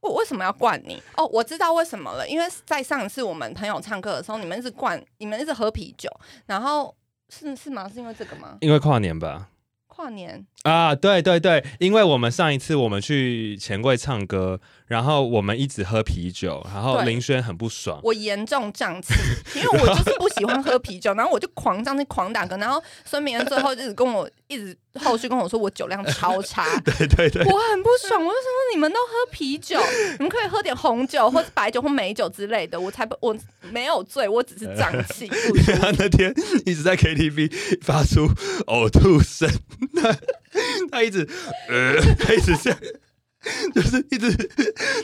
我为什么要灌你？哦，我知道为什么了，因为在上一次我们朋友唱歌的时候，你们一直灌，你们一直喝啤酒，然后是是吗？是因为这个吗？因为跨年吧。跨年啊，对对对，因为我们上一次我们去钱柜唱歌，然后我们一直喝啤酒，然后对林轩很不爽，我严重胀气，因为我就是不喜欢喝啤酒，然后我就狂胀气、狂打嗝，然后孙明恩最后一直跟我一直后续跟我说我酒量超差，对对对， *laughs* 我很不爽，我就想说你们都喝啤 *laughs* 酒，你们可以喝点红酒或者白酒或美酒之类的，我才不我没有醉，我只是胀 *laughs* 气不舒服。他那天一直在 KTV 发出呕吐声， *laughs* 他他一直呃，他一直这样， *laughs* 就是一直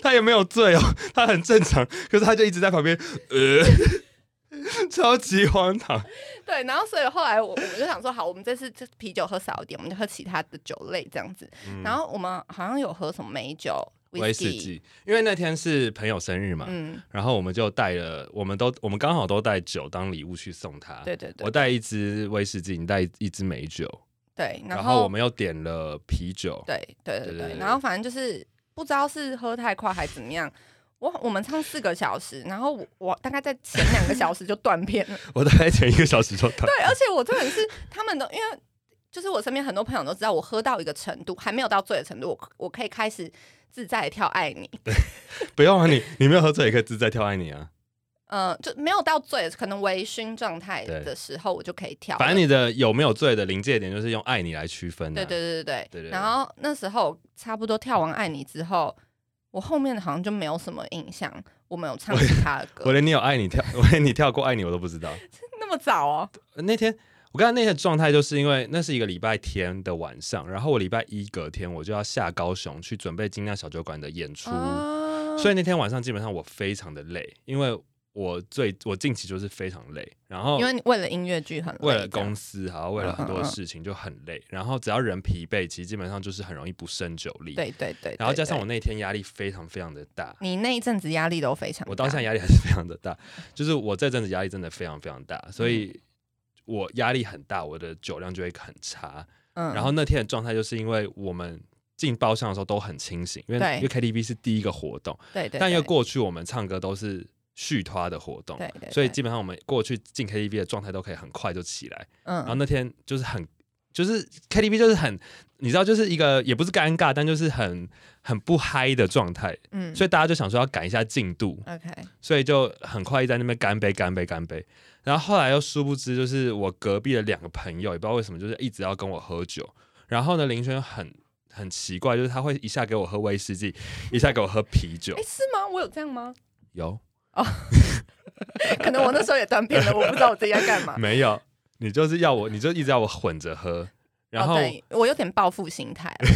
他也没有醉哦，他很正常，可是他就一直在旁边呃， *laughs* 超级荒唐。对，然后所以后来我我们就想说，好，我们这次这啤酒喝少一点，我们就喝其他的酒类这样子。然后我们好像有喝什么美酒、嗯威士，忌，因为那天是朋友生日嘛，嗯，然后我们就带了，我们都我们刚好都带酒当礼物去送他。对对对啊我带一支威士忌，你带一支美酒，对，然后后我们又点了啤酒。对对对对对对对然后反正就是不知道是喝太快还怎么样。我我们唱四个小时，然后我我大概在前两个小时就断片了。我大概前一个小时就到。对，而且我真的是他们都因为。就是我身边很多朋友都知道，我喝到一个程度，还没有到醉的程度，我我可以开始自在地跳爱你，不用啊， *laughs* 你你没有喝醉也可以自在跳爱你啊。呃，就没有到醉，可能微醺状态对的时候，我就可以跳了。反正你的有没有醉的临界点就是用爱你来区分、啊。对对对对对。对对对然后那时候差不多跳完《爱你》之后，我后面好像就没有什么印象，我没有唱其他的我歌。连你有爱你跳， *laughs* 我连你跳过爱你我都不知道。那么早哦？那天我刚才那天的状态，就是因为那是一个礼拜天的晚上，然后我礼拜一隔天我就要下高雄去准备金亮小酒馆的演出。啊所以那天晚上基本上我非常的累，因为我最我近期就是非常累，然后因为你为了音乐剧很累为了这样公司，还有为了很多事情就很累，然后只要人疲惫，其实基本上就是很容易不胜酒力。，对对对，然后加上对我，那天压力非常非常的大，对你那一阵子压力都非常大，我到现在压力还是非常的大，就是我这阵子压力真的非常非常大，所嗯以我压力很大，我的酒量就会很差。嗯然后那天的状态就是因为我们进包厢的时候都很清醒，因为对因为 KTV 是第一个活动。对对，但因为对过去我们唱歌都是续拖的活动，对对对所以基本上我们过去进 KTV 的状态都可以很快就起来。然后嗯那天就是很，就是 KTV 就是很，你知道，就是一个也不是尴尬，但就是很很不嗨的状态，嗯，所以大家就想说要赶一下进度， OK 所以就很快在那边干杯、干杯、干杯。然后后来又殊不知，就是我隔壁的两个朋友，也不知道为什么，就是一直要跟我喝酒。然后呢，林轩很很奇怪，就是他会一下给我喝威士忌，一下给我喝啤酒哎、。是吗？我有这样吗？有哦， *laughs* 可能我那时候也断片了，我不知道我自己在干嘛。没有，你就是要我，你就一直要我混着喝，然后哦、对我有点报复心态了，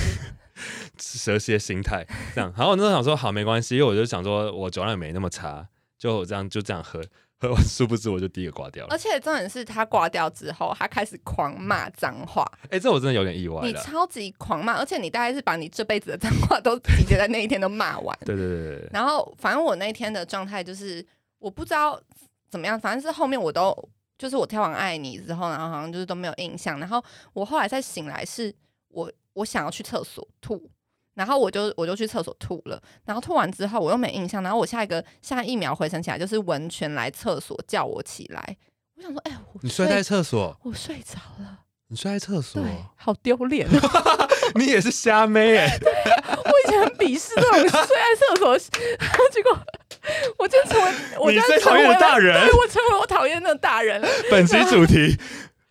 蛇蝎心态这样。然后我那时候想说，好，没关系，因为我就想说我酒量也没那么差，就我这样就这样喝，喝完殊不知我就第一个挂掉了而。且重点是他挂掉之后，他开始狂骂脏话，哎、这我真的有点意外你了。超级狂骂，而且你大概是把你这辈子的脏话都集结在那一天都骂完。对对对对对，然后反正我那天的状态就是我不知道怎么样，反正是后面我都就是我跳完《爱你》之后，然后好像就是都没有印象。然后我后来再醒来是，我我想要去厕所吐，然后我就我就去厕所吐了，然后吐完之后我又没印象，然后我下一个下一秒回想起来就是文泉来厕所叫我起来，我想说，哎、我你睡在厕所，我睡着了，你睡在厕所对，，好丢脸哦、你也是 *laughs* 瞎妹哎、我以前很鄙视这种 *laughs* 睡在厕所，然后结果 *laughs* 我就成为我你就最成讨为厌的了大人对 *laughs* 我成为我讨厌的大 *laughs* 人了，本期主 *laughs* 题：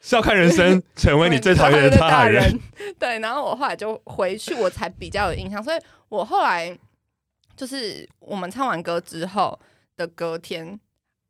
笑看人生，成为你最讨厌的他人。。 *laughs* 对，然后我后来就回去，我才比较有印象，所以我后来就是我们唱完歌之后的隔天。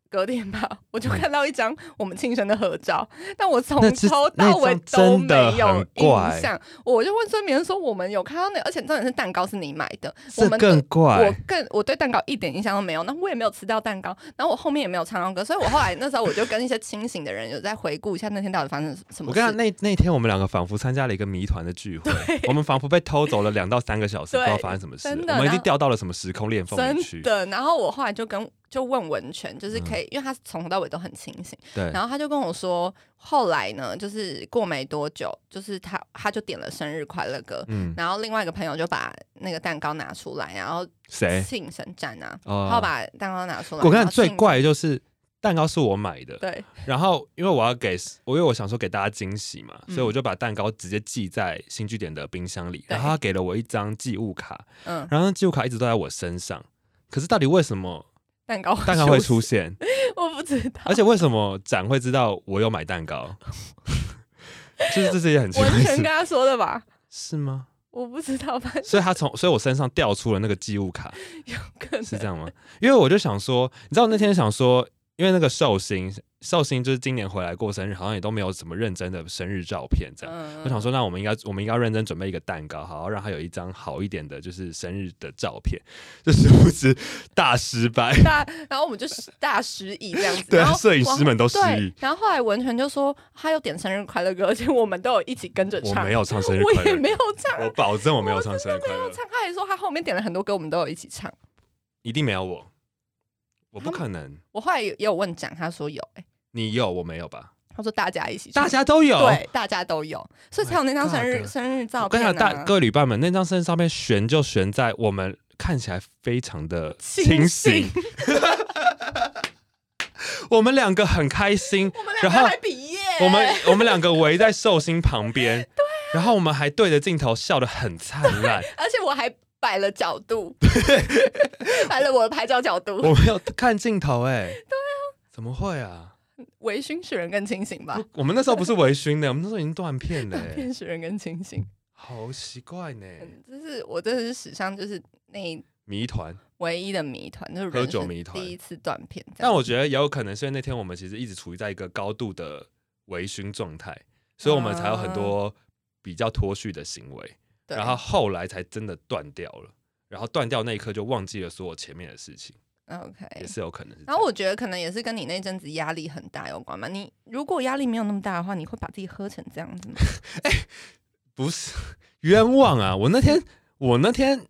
隔天吧， *laughs* 我就看到一张我们庆生的合照，但我从那只头到尾都那张真的没有很怪印象。我就问孙明说：“我们有看到那？而且重点是蛋糕是你买的，我这们更我怪，更我对蛋糕一点印象都没有，那我也没有吃到蛋糕，然后我后面也没有唱到歌，所以我后来那时候我就跟一些清醒的人有在回顾一下那天到底发生什我么跟事你。讲，那那天我们两个仿佛参加了一个谜团 *laughs* 的聚会，我们仿佛被偷走了两到三个小时，不对知道发生什么事，真的我们已然经后掉到了什么时空裂缝里真去。的，然后我后来就跟就问文泉，就是可以，因为他从头到尾都很清醒，嗯对，然后他就跟我说，后来呢，就是过没多久，就是他他就点了生日快乐歌，嗯，然后另外一个朋友就把那个蛋糕拿出来，然后谁？庆生站啊，哎哦然后把蛋糕拿出来，我跟然你后讲，最庆生怪的就是蛋糕是我买的，对然后因为我要给，我因为我想说给大家惊喜嘛，嗯所以我就把蛋糕直接寄在新据点的冰箱里，对然后他给了我一张寄物卡，嗯，然后寄物卡一直都在我身上，可是到底为什么蛋糕蛋糕会出出，现？ *laughs* 我不知道，而且为什么展会知道我有买蛋糕？就是这 *laughs* 是一件很奇怪文的泉跟事，他说的吧？ *laughs* 是吗？我不知道，反正所以他从，所以我身上掉出了那个寄 *laughs* 物卡，有可能是这样吗？因为我就想说，你知道那天想说，因为那个寿星，寿星就是今年回来过生日，好像也都没有什么认真的生日照片这样。嗯我想说，那我们应该，我们应该要认真准备一个蛋糕，好好让他有一张好一点的，就是生日的照片。就殊不知大失败，大，然后我们就是大失忆这样子。对啊然后摄影师们都失往后忆对，然后后来文泉就说他有点生日快乐歌，而且我们都有一起跟着我唱。没有唱生日 *laughs* 我快也乐没有唱，歌，我保证我没有唱生日快乐我，唱。他还说他后面点了很多歌，我们都有一起唱。一定没有我，我不他们可能。我后来也有问展，他说有、欸，你有，我没有吧？他说大家一起唱，大家都有。对，大家都有，所以才有那张生 Oh my 日 God 生日照我跟片你啊。讲，大各位旅伴们，那张身上面悬就悬在我们看起来非常的清清醒醒。 *laughs* 我们两个很开心，我们然两后个还比耶，我们我们两个围在寿星旁边，对、然后我们还对着镜头笑得很灿烂。而且我还摆了角 *laughs* 度，摆了我的拍照角度。我没有看镜头、哎，对啊，怎么会啊？微醺使人更清醒吧，我们那时候不是微醺的，我们那时候已经断片了、 *laughs* 哎骗使人更清醒。好奇怪呢、嗯，这是我真的是史上就是那一谜团。唯一的谜团，就是喝人酒生谜团第一次断片这样。但我觉得也有可能是因为那天我们其实一直处于在一个高度的微醺状态，所以我们才有很多比较脱序的行为，对然后后来才真的断掉了。然后断掉那一刻就忘记了所有前面的事情， OK，也是有可能是这样。然后我觉得可能也是跟你那阵子压力很大有关嘛。你如果压力没有那么大的话，你会把自己喝成这样子吗？不是冤枉啊！我那天我那天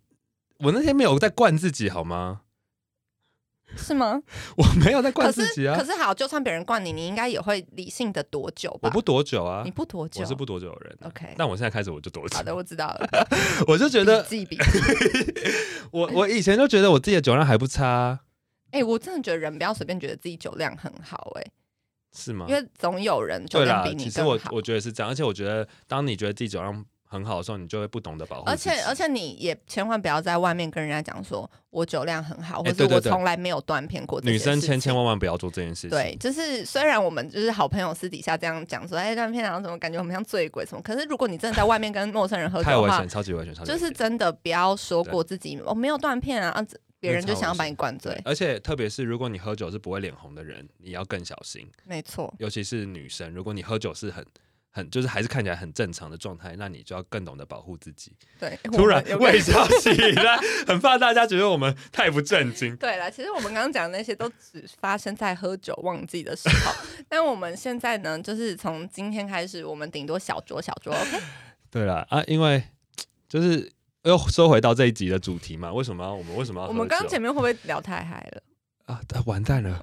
我那天没有在灌自己好吗？ *laughs* 是吗？我没有在灌可自是、己啊可！是好，就算别人灌你，你应该也会理性的躲酒吧？我不躲酒啊你，不躲酒，我是不躲酒的人啊、 OK 但我现在开始我就躲酒好，的，我知道了。 *laughs* 我就觉得笔记笔记。 *laughs* 我我以前就觉得我自己的酒量还不差啊、哎、我真的觉得人不要随便觉得自己酒量很好、哎、是吗？因为总有人酒对量啦比，你其实更我好。我觉得是这样，而且我觉得当你觉得自己酒量很好的时候，你就会不懂得保护而自己。且而且你也千万不要在外面跟人家讲说我酒量很好，或哎者对对我对从来没有断片过这女件事情。生千千万万不要做这件事情。，对，就是虽然我们就是好朋友私底下这样讲说，哎，断片然后怎么感觉我们像醉鬼什么，可是如果你真的在外面跟陌生人喝酒太的危话险，，超级危险，超级就危是险。哦真的不要说过自己我没有断片啊，啊这别人那就超想要危把险你灌对醉，，而且特别是如果你喝酒是不会脸红的人，你要更小心，没错，尤其是女生，如果你喝酒是很。很就是还是看起来很正常的状态，那你就要更懂得保护自己。对。突然我们有微笑起来，很怕大家觉得我们太不正经。对了，其实我们刚刚讲的那些都只发生在喝酒忘记的时 *laughs* 候，但我们现在呢，就是从今天开始，我们顶多小酌小酌，OK？ *laughs* 对了啊，因为就是又收回到这一集的主题嘛，为什么要我们为什么要喝我们刚刚酒前面会不会聊太嗨了？啊啊完 *laughs* 蛋了，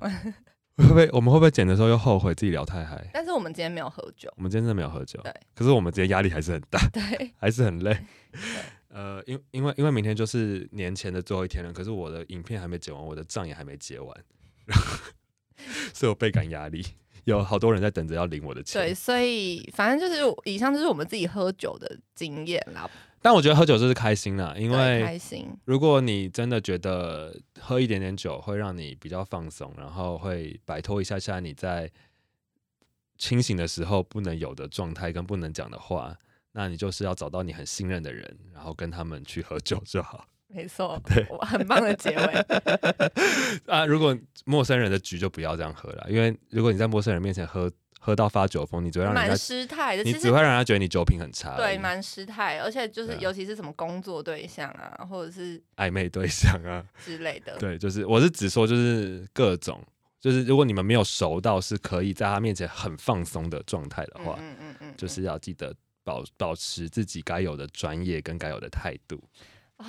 会不会我们会不会剪的时候又后悔自己聊太嗨？但是我们今天没有喝酒，我们今天真的没有喝酒对，可是我们今天压力还是很大，对，还是很累。呃，因因为因为明天就是年前的最后一天了，可是我的影片还没剪完，我的账也还没结完，所以我倍感压力，有好多人在等着要领我的钱。对，所以反正就是我以上就是我们自己喝酒的经验啦，但我觉得喝酒就是开心啦，因对为开心，如果你真的觉得喝一点点酒会让你比较放松，然后会摆脱一下下你在清醒的时候不能有的状态跟不能讲的话，那你就是要找到你很信任的人，然后跟他们去喝酒就好。没 *laughs* 错，我很棒的结尾，啊，如果陌生人的局就不要这样喝了，因为如果你在陌生人面前喝喝到发酒啊疯，你只会让人蛮家，失态的。你其只实会让人家觉得你酒品很差而对已。蛮失态，而且就对是啊尤其是什么工作对象啊，或者是暧昧对象 *laughs* 啊，之类的，对，就是我是只说就是各种，就是如果你们没有熟到是可以在他面前很放松的状态的嗯话，嗯嗯嗯，嗯就是要记得保保持自己该有的专业跟该有的态度。 *laughs*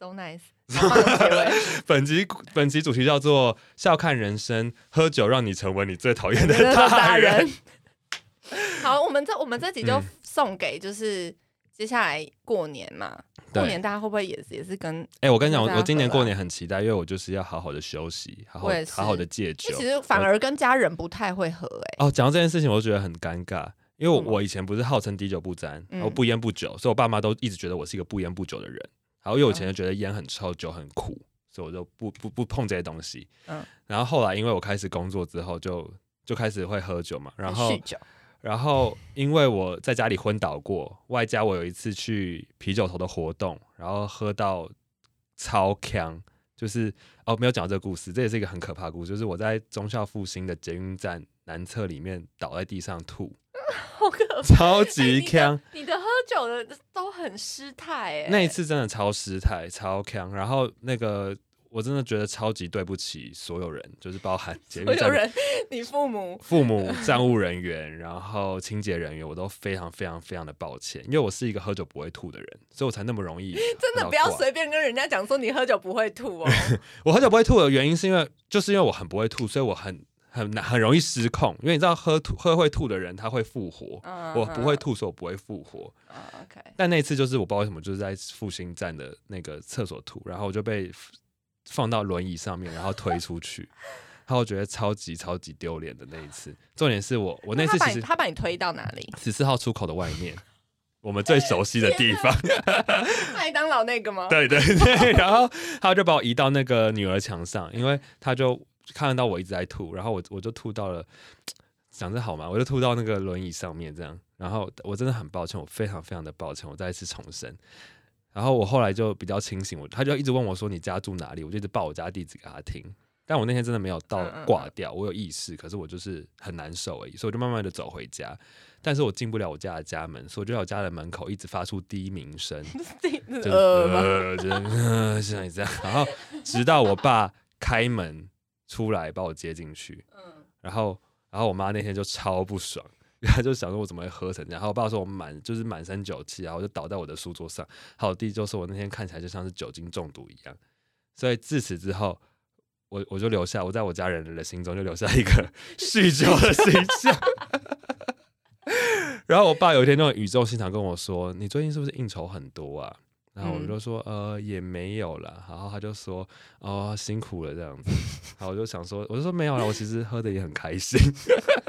so nice，好棒的结尾。本集本集主题叫做“笑看人生”，喝酒让你成为你最 *laughs* 讨厌的真的都大打人。人。好，我们这我们这集就嗯送给就是接下来过年嘛，过 *laughs* 对年，大家会不会也是也是跟？哎、我跟你讲，大我家我今年喝啦过年很期待，因为我就是要好好的休息，好好啊我也是好好的戒酒因为。其实反我而跟家人不太会合哎、哦，讲到这件事情，我就觉得很尴尬，因为我为什么我以前不是号称滴酒不沾，嗯我不烟不酒，所以我爸妈都一直觉得我是一个不烟不酒的人。然后因为我嗯以前就觉得烟很臭，酒很苦，所以我就不不不碰这些东西。嗯然后后来因为我开始工作之后就，就开始会喝酒嘛，然后酗酒，然后因为我在家里昏倒过，外加我有一次去啤酒头的活动，然后喝到超强，就是哦没有讲到这个故事，这也是一个很可怕的故事，就是我在中校复兴的捷运站南侧里面倒在地上吐，好可怕。*laughs* 超级哎强。你的你的喝酒的都很失态哎、那一次真的超失态，超强。然后那个我真的觉得超级对不起所有人，就是包含捷运所有站的人，你父母父母、站务人员，然后清洁人员，我都非常非常非常的抱歉，因为我是一个喝酒不会吐的人，所以我才那么容易 *laughs* 真的闹不要挂随便跟人家讲说你喝酒不会吐哦。我喝酒不会吐的原因是因为，就是因为我很不会吐，所以我很很难很容易失控。因为你知道喝吐喝会吐的人他会复活，嗯 *laughs* 我不会。吐，所以我不会复活。嗯嗯 OK，但那一次就是我不知道为什么，就是在复兴站的那个厕所吐，然后我就被 f- 放到轮椅上面，然后推出去。然后我觉得超级超级丢脸的那一次，重点是我我那次他把其你实他把你推到哪 *laughs* 里？十四号出口的外面，我们最熟悉的地方。麦当劳那个吗？对对对， *laughs* 然后他就把我移到那个女儿墙上，因为他就看得到我一直在吐，然后我我就吐到了，讲这好吗？我就吐到那个轮椅上面这样，然后我真的很抱歉，我非常非常的抱歉，我再一次重申。然后我后来就比较清醒，我他就一直问我说你家住哪里，我就一直报我家地址给他听。但我那天真的没有到嗯嗯嗯挂掉，我有意识，可是我就是很难受而已，所以我就慢慢的走回家。但是我进不了我家的家门，所以我就在我家的门口一直发出低鸣声，就是呃吗，呃，就是呃，像你这样，然后直到我爸开门出来把我接进去，嗯，然后然后我妈那天就超不爽，她就想说我怎么会喝成这样，然后我爸说我满就是满身酒气，然后我就倒在我的书桌上，还有我弟就说我那天看起来就像是酒精中毒一样，所以自此之后。我我就留下，我在我家人的心中就留下一个 *laughs* 酗酒的形象。 *laughs* 然后我爸有一天那种语重心长跟我说：“你最近是不是应酬很多啊？”然后我嗯就说：“呃，也没有啦。”然后他就说：“哦，辛苦了这样子。”然后我就想说，我就说没有啦，我其实喝的也很开心，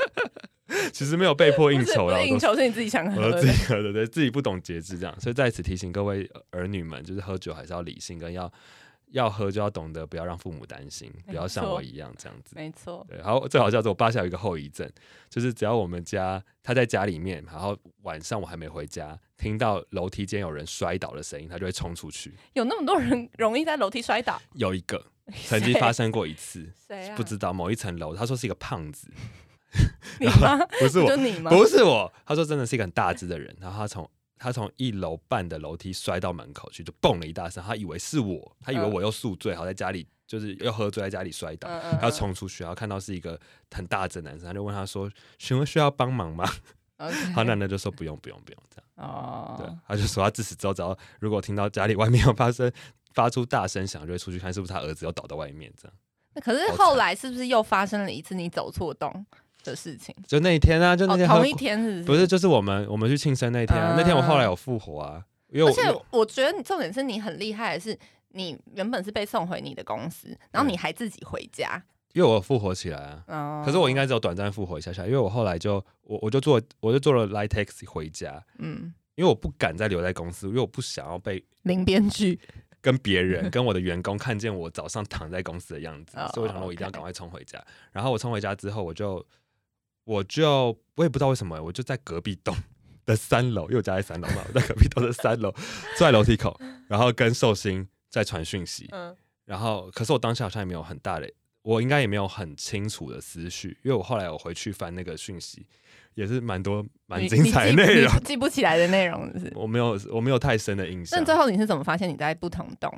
*laughs* 其实没有被迫应不是酬不啦，是应我都酬是你自己想喝 *laughs* 我都的自。己喝的，对自己不懂节制这样，所以在此提醒各位儿女们，就是喝酒还是要理性，跟要要喝就要懂得不要让父母担心，不要像我一样这样子。没错，对，然后最好笑的是我爸现在有一个后遗症，就是只要我们家他在家里面，然后晚上我还没回家，听到楼梯间有人摔倒的声音，他就会冲出去。有那么多人容易在楼梯摔倒，有一个曾经发生过一次， *laughs* 谁啊？不知道某一层楼，他说是一个胖子，你吗？不 *laughs* 是我就，你吗？不是我，他说真的是一个很大只的人，然后他从他从一楼半的楼梯摔到门口去，就蹦了一大声，他以为是我，他以为嗯我又宿醉，好在家里就是又喝醉在家里摔倒，嗯嗯他就冲出去，然后看到是一个很大只的男生，他就问他说：“询问需要帮忙吗？”嗯 *laughs* 然后 OK 男的就说：“不用，不用，不用。”这样，对哦，，他就说他自此之后，只要如果听到家里外面有发生发出大声响，就会出去看是不是他儿子又倒到外面这样。那可是好惨后来是不是又发生了一次你走错洞的事情？就那一天啊，就那哦，天喝、同一天是不是，就是我们我们去庆生那一天啊，那天我后来有复活啊，因为我而且我觉得你重点是你很厉害的是，你原本是被送回你的公司，然后你还自己回家。因为我有复活起来啊。哦，可是我应该只有短暂复活一下下，因为我后来就我我就坐我就坐了 light taxi 回家，嗯，因为我不敢再留在公司，因为我不想要被零编剧跟 *laughs* 别人跟我的员工看见我早上躺在公司的样子哦，所以我想说我一定要 OK 赶快冲回家。然后我冲回家之后，我就我就我也不知道为什么，我就在隔壁栋的三楼，因为我家在三楼嘛，我在隔壁栋的三楼坐在楼梯口，然后跟寿星在传讯息，嗯然后，可是我当下好像也没有很大的，我应该也没有很清楚的思绪，因为我后来我回去翻那个讯息，也是蛮多蛮你精彩的内容啊你记，你记不起来的内容是 *laughs* 不是。我没有我没有太深的印象那。最后你是怎么发现你在不同栋？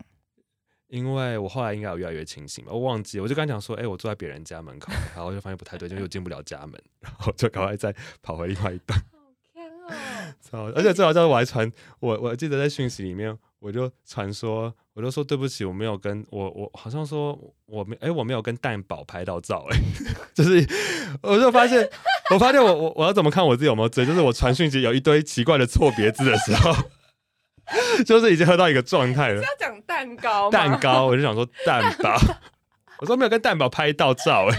因为我后来应该有越来越清醒吧，我忘记，我就跟他讲说，哎、我坐在别人家门口，然后我就发现不太对劲，因为我进不了家门，然后就赶快再跑回另外一栋。啊超而且最好笑，我还传我我记得在讯息里面，我就传说，我就说对不起，我没有跟我我好像说我没哎、我没有跟蛋宝拍到照哎、 *laughs* 就是我就发现我发现我我我要怎么看我自己有没有醉，就是我传讯息有一堆奇怪的错别字的时候， *laughs* 就是已经喝到一个状态了。要讲蛋糕吗蛋糕，我就想说蛋 *laughs* 堡，我说没有跟蛋堡拍到照哎、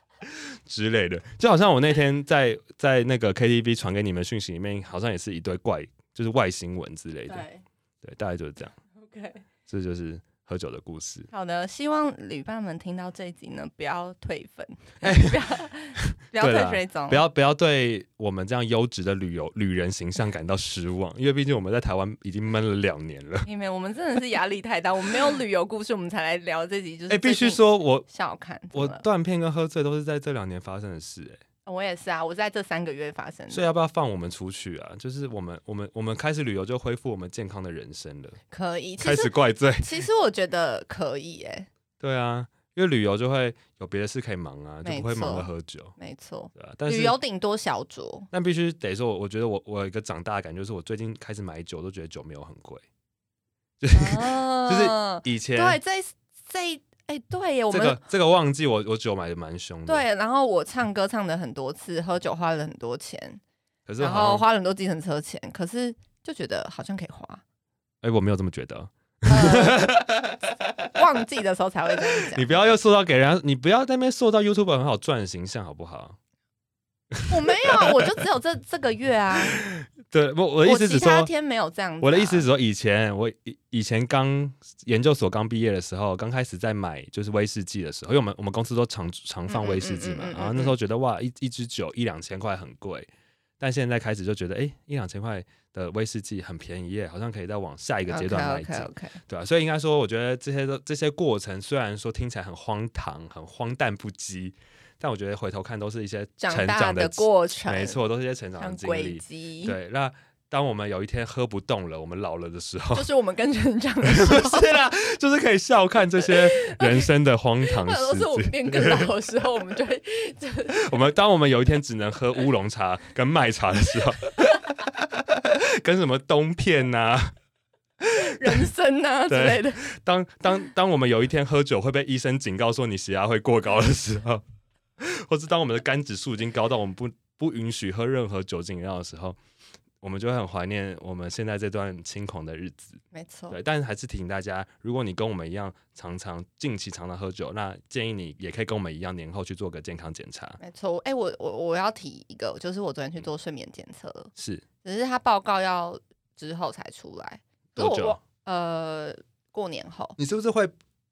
*laughs* 之类的，就好像我那天在在那个 KTV 传给你们讯息里面，好像也是一堆怪，就是外星文之类的，对对，大概就是这样， ，OK。这就是喝酒的故事。好的，希望旅伴们听到这一集呢，不要退粉，哎不要不要对退啦水总，不要不要对我们这样优质的旅游旅人形象感到失望，因为毕竟我们在台湾已经闷了两年了。因为我们真的是压力太大，我们没有旅游故事，我们才来聊这 *laughs* 集，就是哎、必须最近说我笑看我怎么了断片跟喝醉都是在这两年发生的事、哎。我也是啊，我是在这三个月发生所以的，要不要放我们出去啊？就是我们我们我们开始旅游就恢复我们健康的人生了，可以。其开始实怪罪。 *laughs* 其实我觉得可以诶、对啊，因为旅游就会有别的事可以忙啊，就不会忙着喝酒，没错，对啊。但旅是游顶多小 *laughs* 酌，但必须得说，我我觉得我我有一个长大的感觉，就是我最近开始买酒都觉得酒没有很贵。哦以前对这一这一哎、对耶，我这们、个这个旺季我我酒买的蛮凶的，。对，然后我唱歌唱的很多次，喝酒花了很多钱，可是然后好像花了很多计程车钱，可是就觉得好像可以 *laughs* 花。哎、我没有这么觉得。呃忘记的时候才会这样你讲。不要又塑造给人家，你不要在那边塑造 YouTube 很好赚的形象，好不好？我没有啊，我就只有这这个月啊，对，我 *laughs* 我我的意思其是说，他天没有这样、啊。我的意思是说，以前我以以前刚研究所刚毕业的时候，刚开始在买就是威士忌的时候，因为我们我们公司都常常放威士忌嘛嗯嗯嗯嗯嗯，嗯然后那时候觉得哇，一一支酒一两千块很贵，但现在开始就觉得哎、诶一两千块的威士忌很便宜耶，好像可以再往下一个阶段迈 OK 进 OK，OK，对啊，所以应该说，我觉得这些都这些过程虽然说听起来很荒唐、很荒诞不羁，但我觉得回头看都是一些长成大长的的过程，没，错，都是一些成长的像经轨历。迹，，对，那当我们有一天喝不动了，我们老了 *laughs* 的时候就，是我们跟成长的时候，不是啦，就是可以笑看这些人生的荒 *laughs* 唐或者说事是我们情。变更老的时候，我们就 *laughs* 会就是我们当我们有一天只能喝乌龙茶跟麦茶的时候，跟什么冬片呐、人生啊之类的。当当当我们有一天喝酒会被医生警告说你血压会过高的时候，或是当我们的肝指数已经高到我们不不允许喝任何酒精饮料的时候，我们就会很怀念我们现在这段轻狂的日子。没错，对，但是还是提醒大家，如果你跟我们一样常常近期常常喝酒，那建议你也可以跟我们一样年后去做个健康检查。没错。哎、我我我要提一个，就是我昨天去做睡眠检测，是只是他报告要之后才出来。可是多我久忘？呃，过年后。你是不是会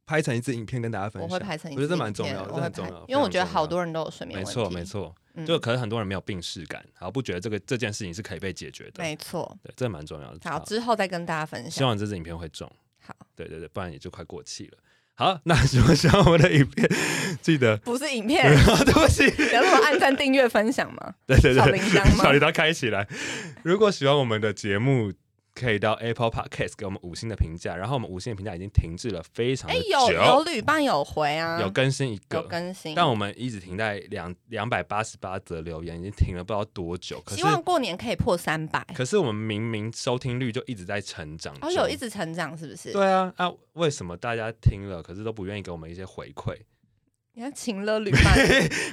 拍成一支影片跟大家分我享？会拍成一我觉得支这蛮影重片要我的，这会很重拍要，，因为我觉得非常重要好多人都有睡眠没问题，错没，错，嗯就可能很多人没有病视感，然后不觉得这个这件事情是可以被解决的，没错。对，这蛮重要的。好，之后再跟大家分希享。望这支影片会中，好，对对对，不然也就快过期了。好，那 *laughs* 喜欢喜欢我的影片，记得不是影片， *laughs* 对不起，然后按赞、订阅、分享嘛，对对小对铃， *laughs* 铛小铃吗？铛开起来。如果喜欢我们的节目，可以到 Apple Podcast 给我们五星的评价。然后我们五星的评价已经停滞了非常哎、的有有久，旅伴有回啊，有更新一有个，更新。但我们一直停在两两百八十八则留言，已经停了不知道多久。可希是望过年可以破三百。可是我们明明收听率就一直在成长中，哦，有一直成长是不是？，对啊啊！为什么大家听了，可是都不愿意给我们一些回馈？你看请了旅伴，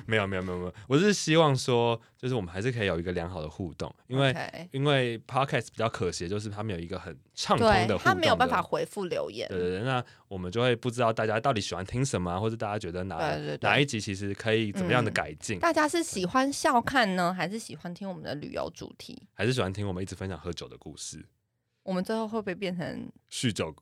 没有没有没有没有，我是希望说，就是我们还是可以有一个良好的互动， *laughs* 因为 OK 因为 podcast 比较可惜，就是它没有一个很畅通的对互动他没有办法的。回复留言对，对对，那我们就会不知道大家到底喜欢听什么啊、或者大家觉得哪对对对哪一集其实可以怎么样的嗯改进，大家是喜欢笑看呢，还是喜欢听我们的旅游主题？还是喜欢听我们一直分享喝酒的故事，我们最后会不会变成酗酒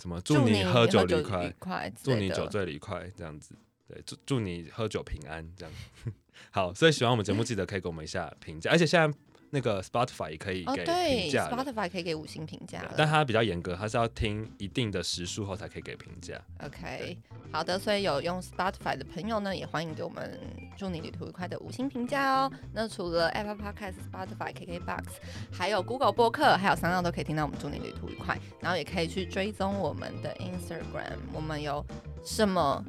什么祝祝你喝酒酒愉快，快之祝类你的酒醉愉快这样子，对，祝祝你喝酒平安这样。 *laughs* 好，所以喜欢我们节目，记得可以给我们一下评价，而且现在那个 Spotify 也可以哦，给评对价了、 ，Spotify 可以给五星评价对了。但它比较严格，它是要听一定的时数后才可以给评价。 OK，好的，所以有用 Spotify 的朋友呢，也欢迎给我们祝你旅途愉快的五星评价哦。那除了 Apple Podcast、Spotify、KKBox，还有 Google 播客，还有三样都可以听到我们祝你旅途愉快，然后也可以去追踪我们的 Instagram，我们有什么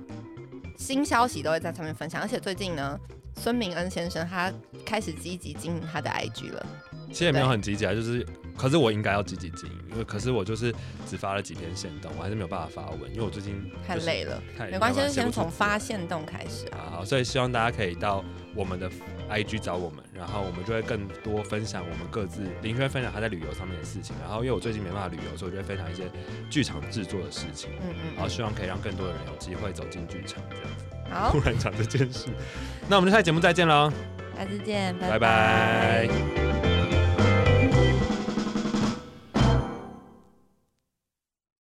新消息都会在上面分享，而且最近呢。孙明恩先生他开始积极经营他的 IG 了，其实也没有很积极啊，就是，可是我应该要积极经营，因为可是我就是只发了几篇线动，我还是没有办法发文，因为我最近、太累，了，太没关系，没就有办法是先写不从出字发现动开始啊。啊，好所以希望大家可以到我们的 IG 找我们，然后我们就会更多分享我们各自，林轩分享他在旅游上面的事情，然后因为我最近没办法旅游，所以我就会分享一些剧场制作的事情，嗯嗯然后嗯，希望可以让更多的人有机会走进剧场，这样子。好 *laughs* 突，然讲这件事，那我们就下期节目再见喽。下次见，拜拜拜拜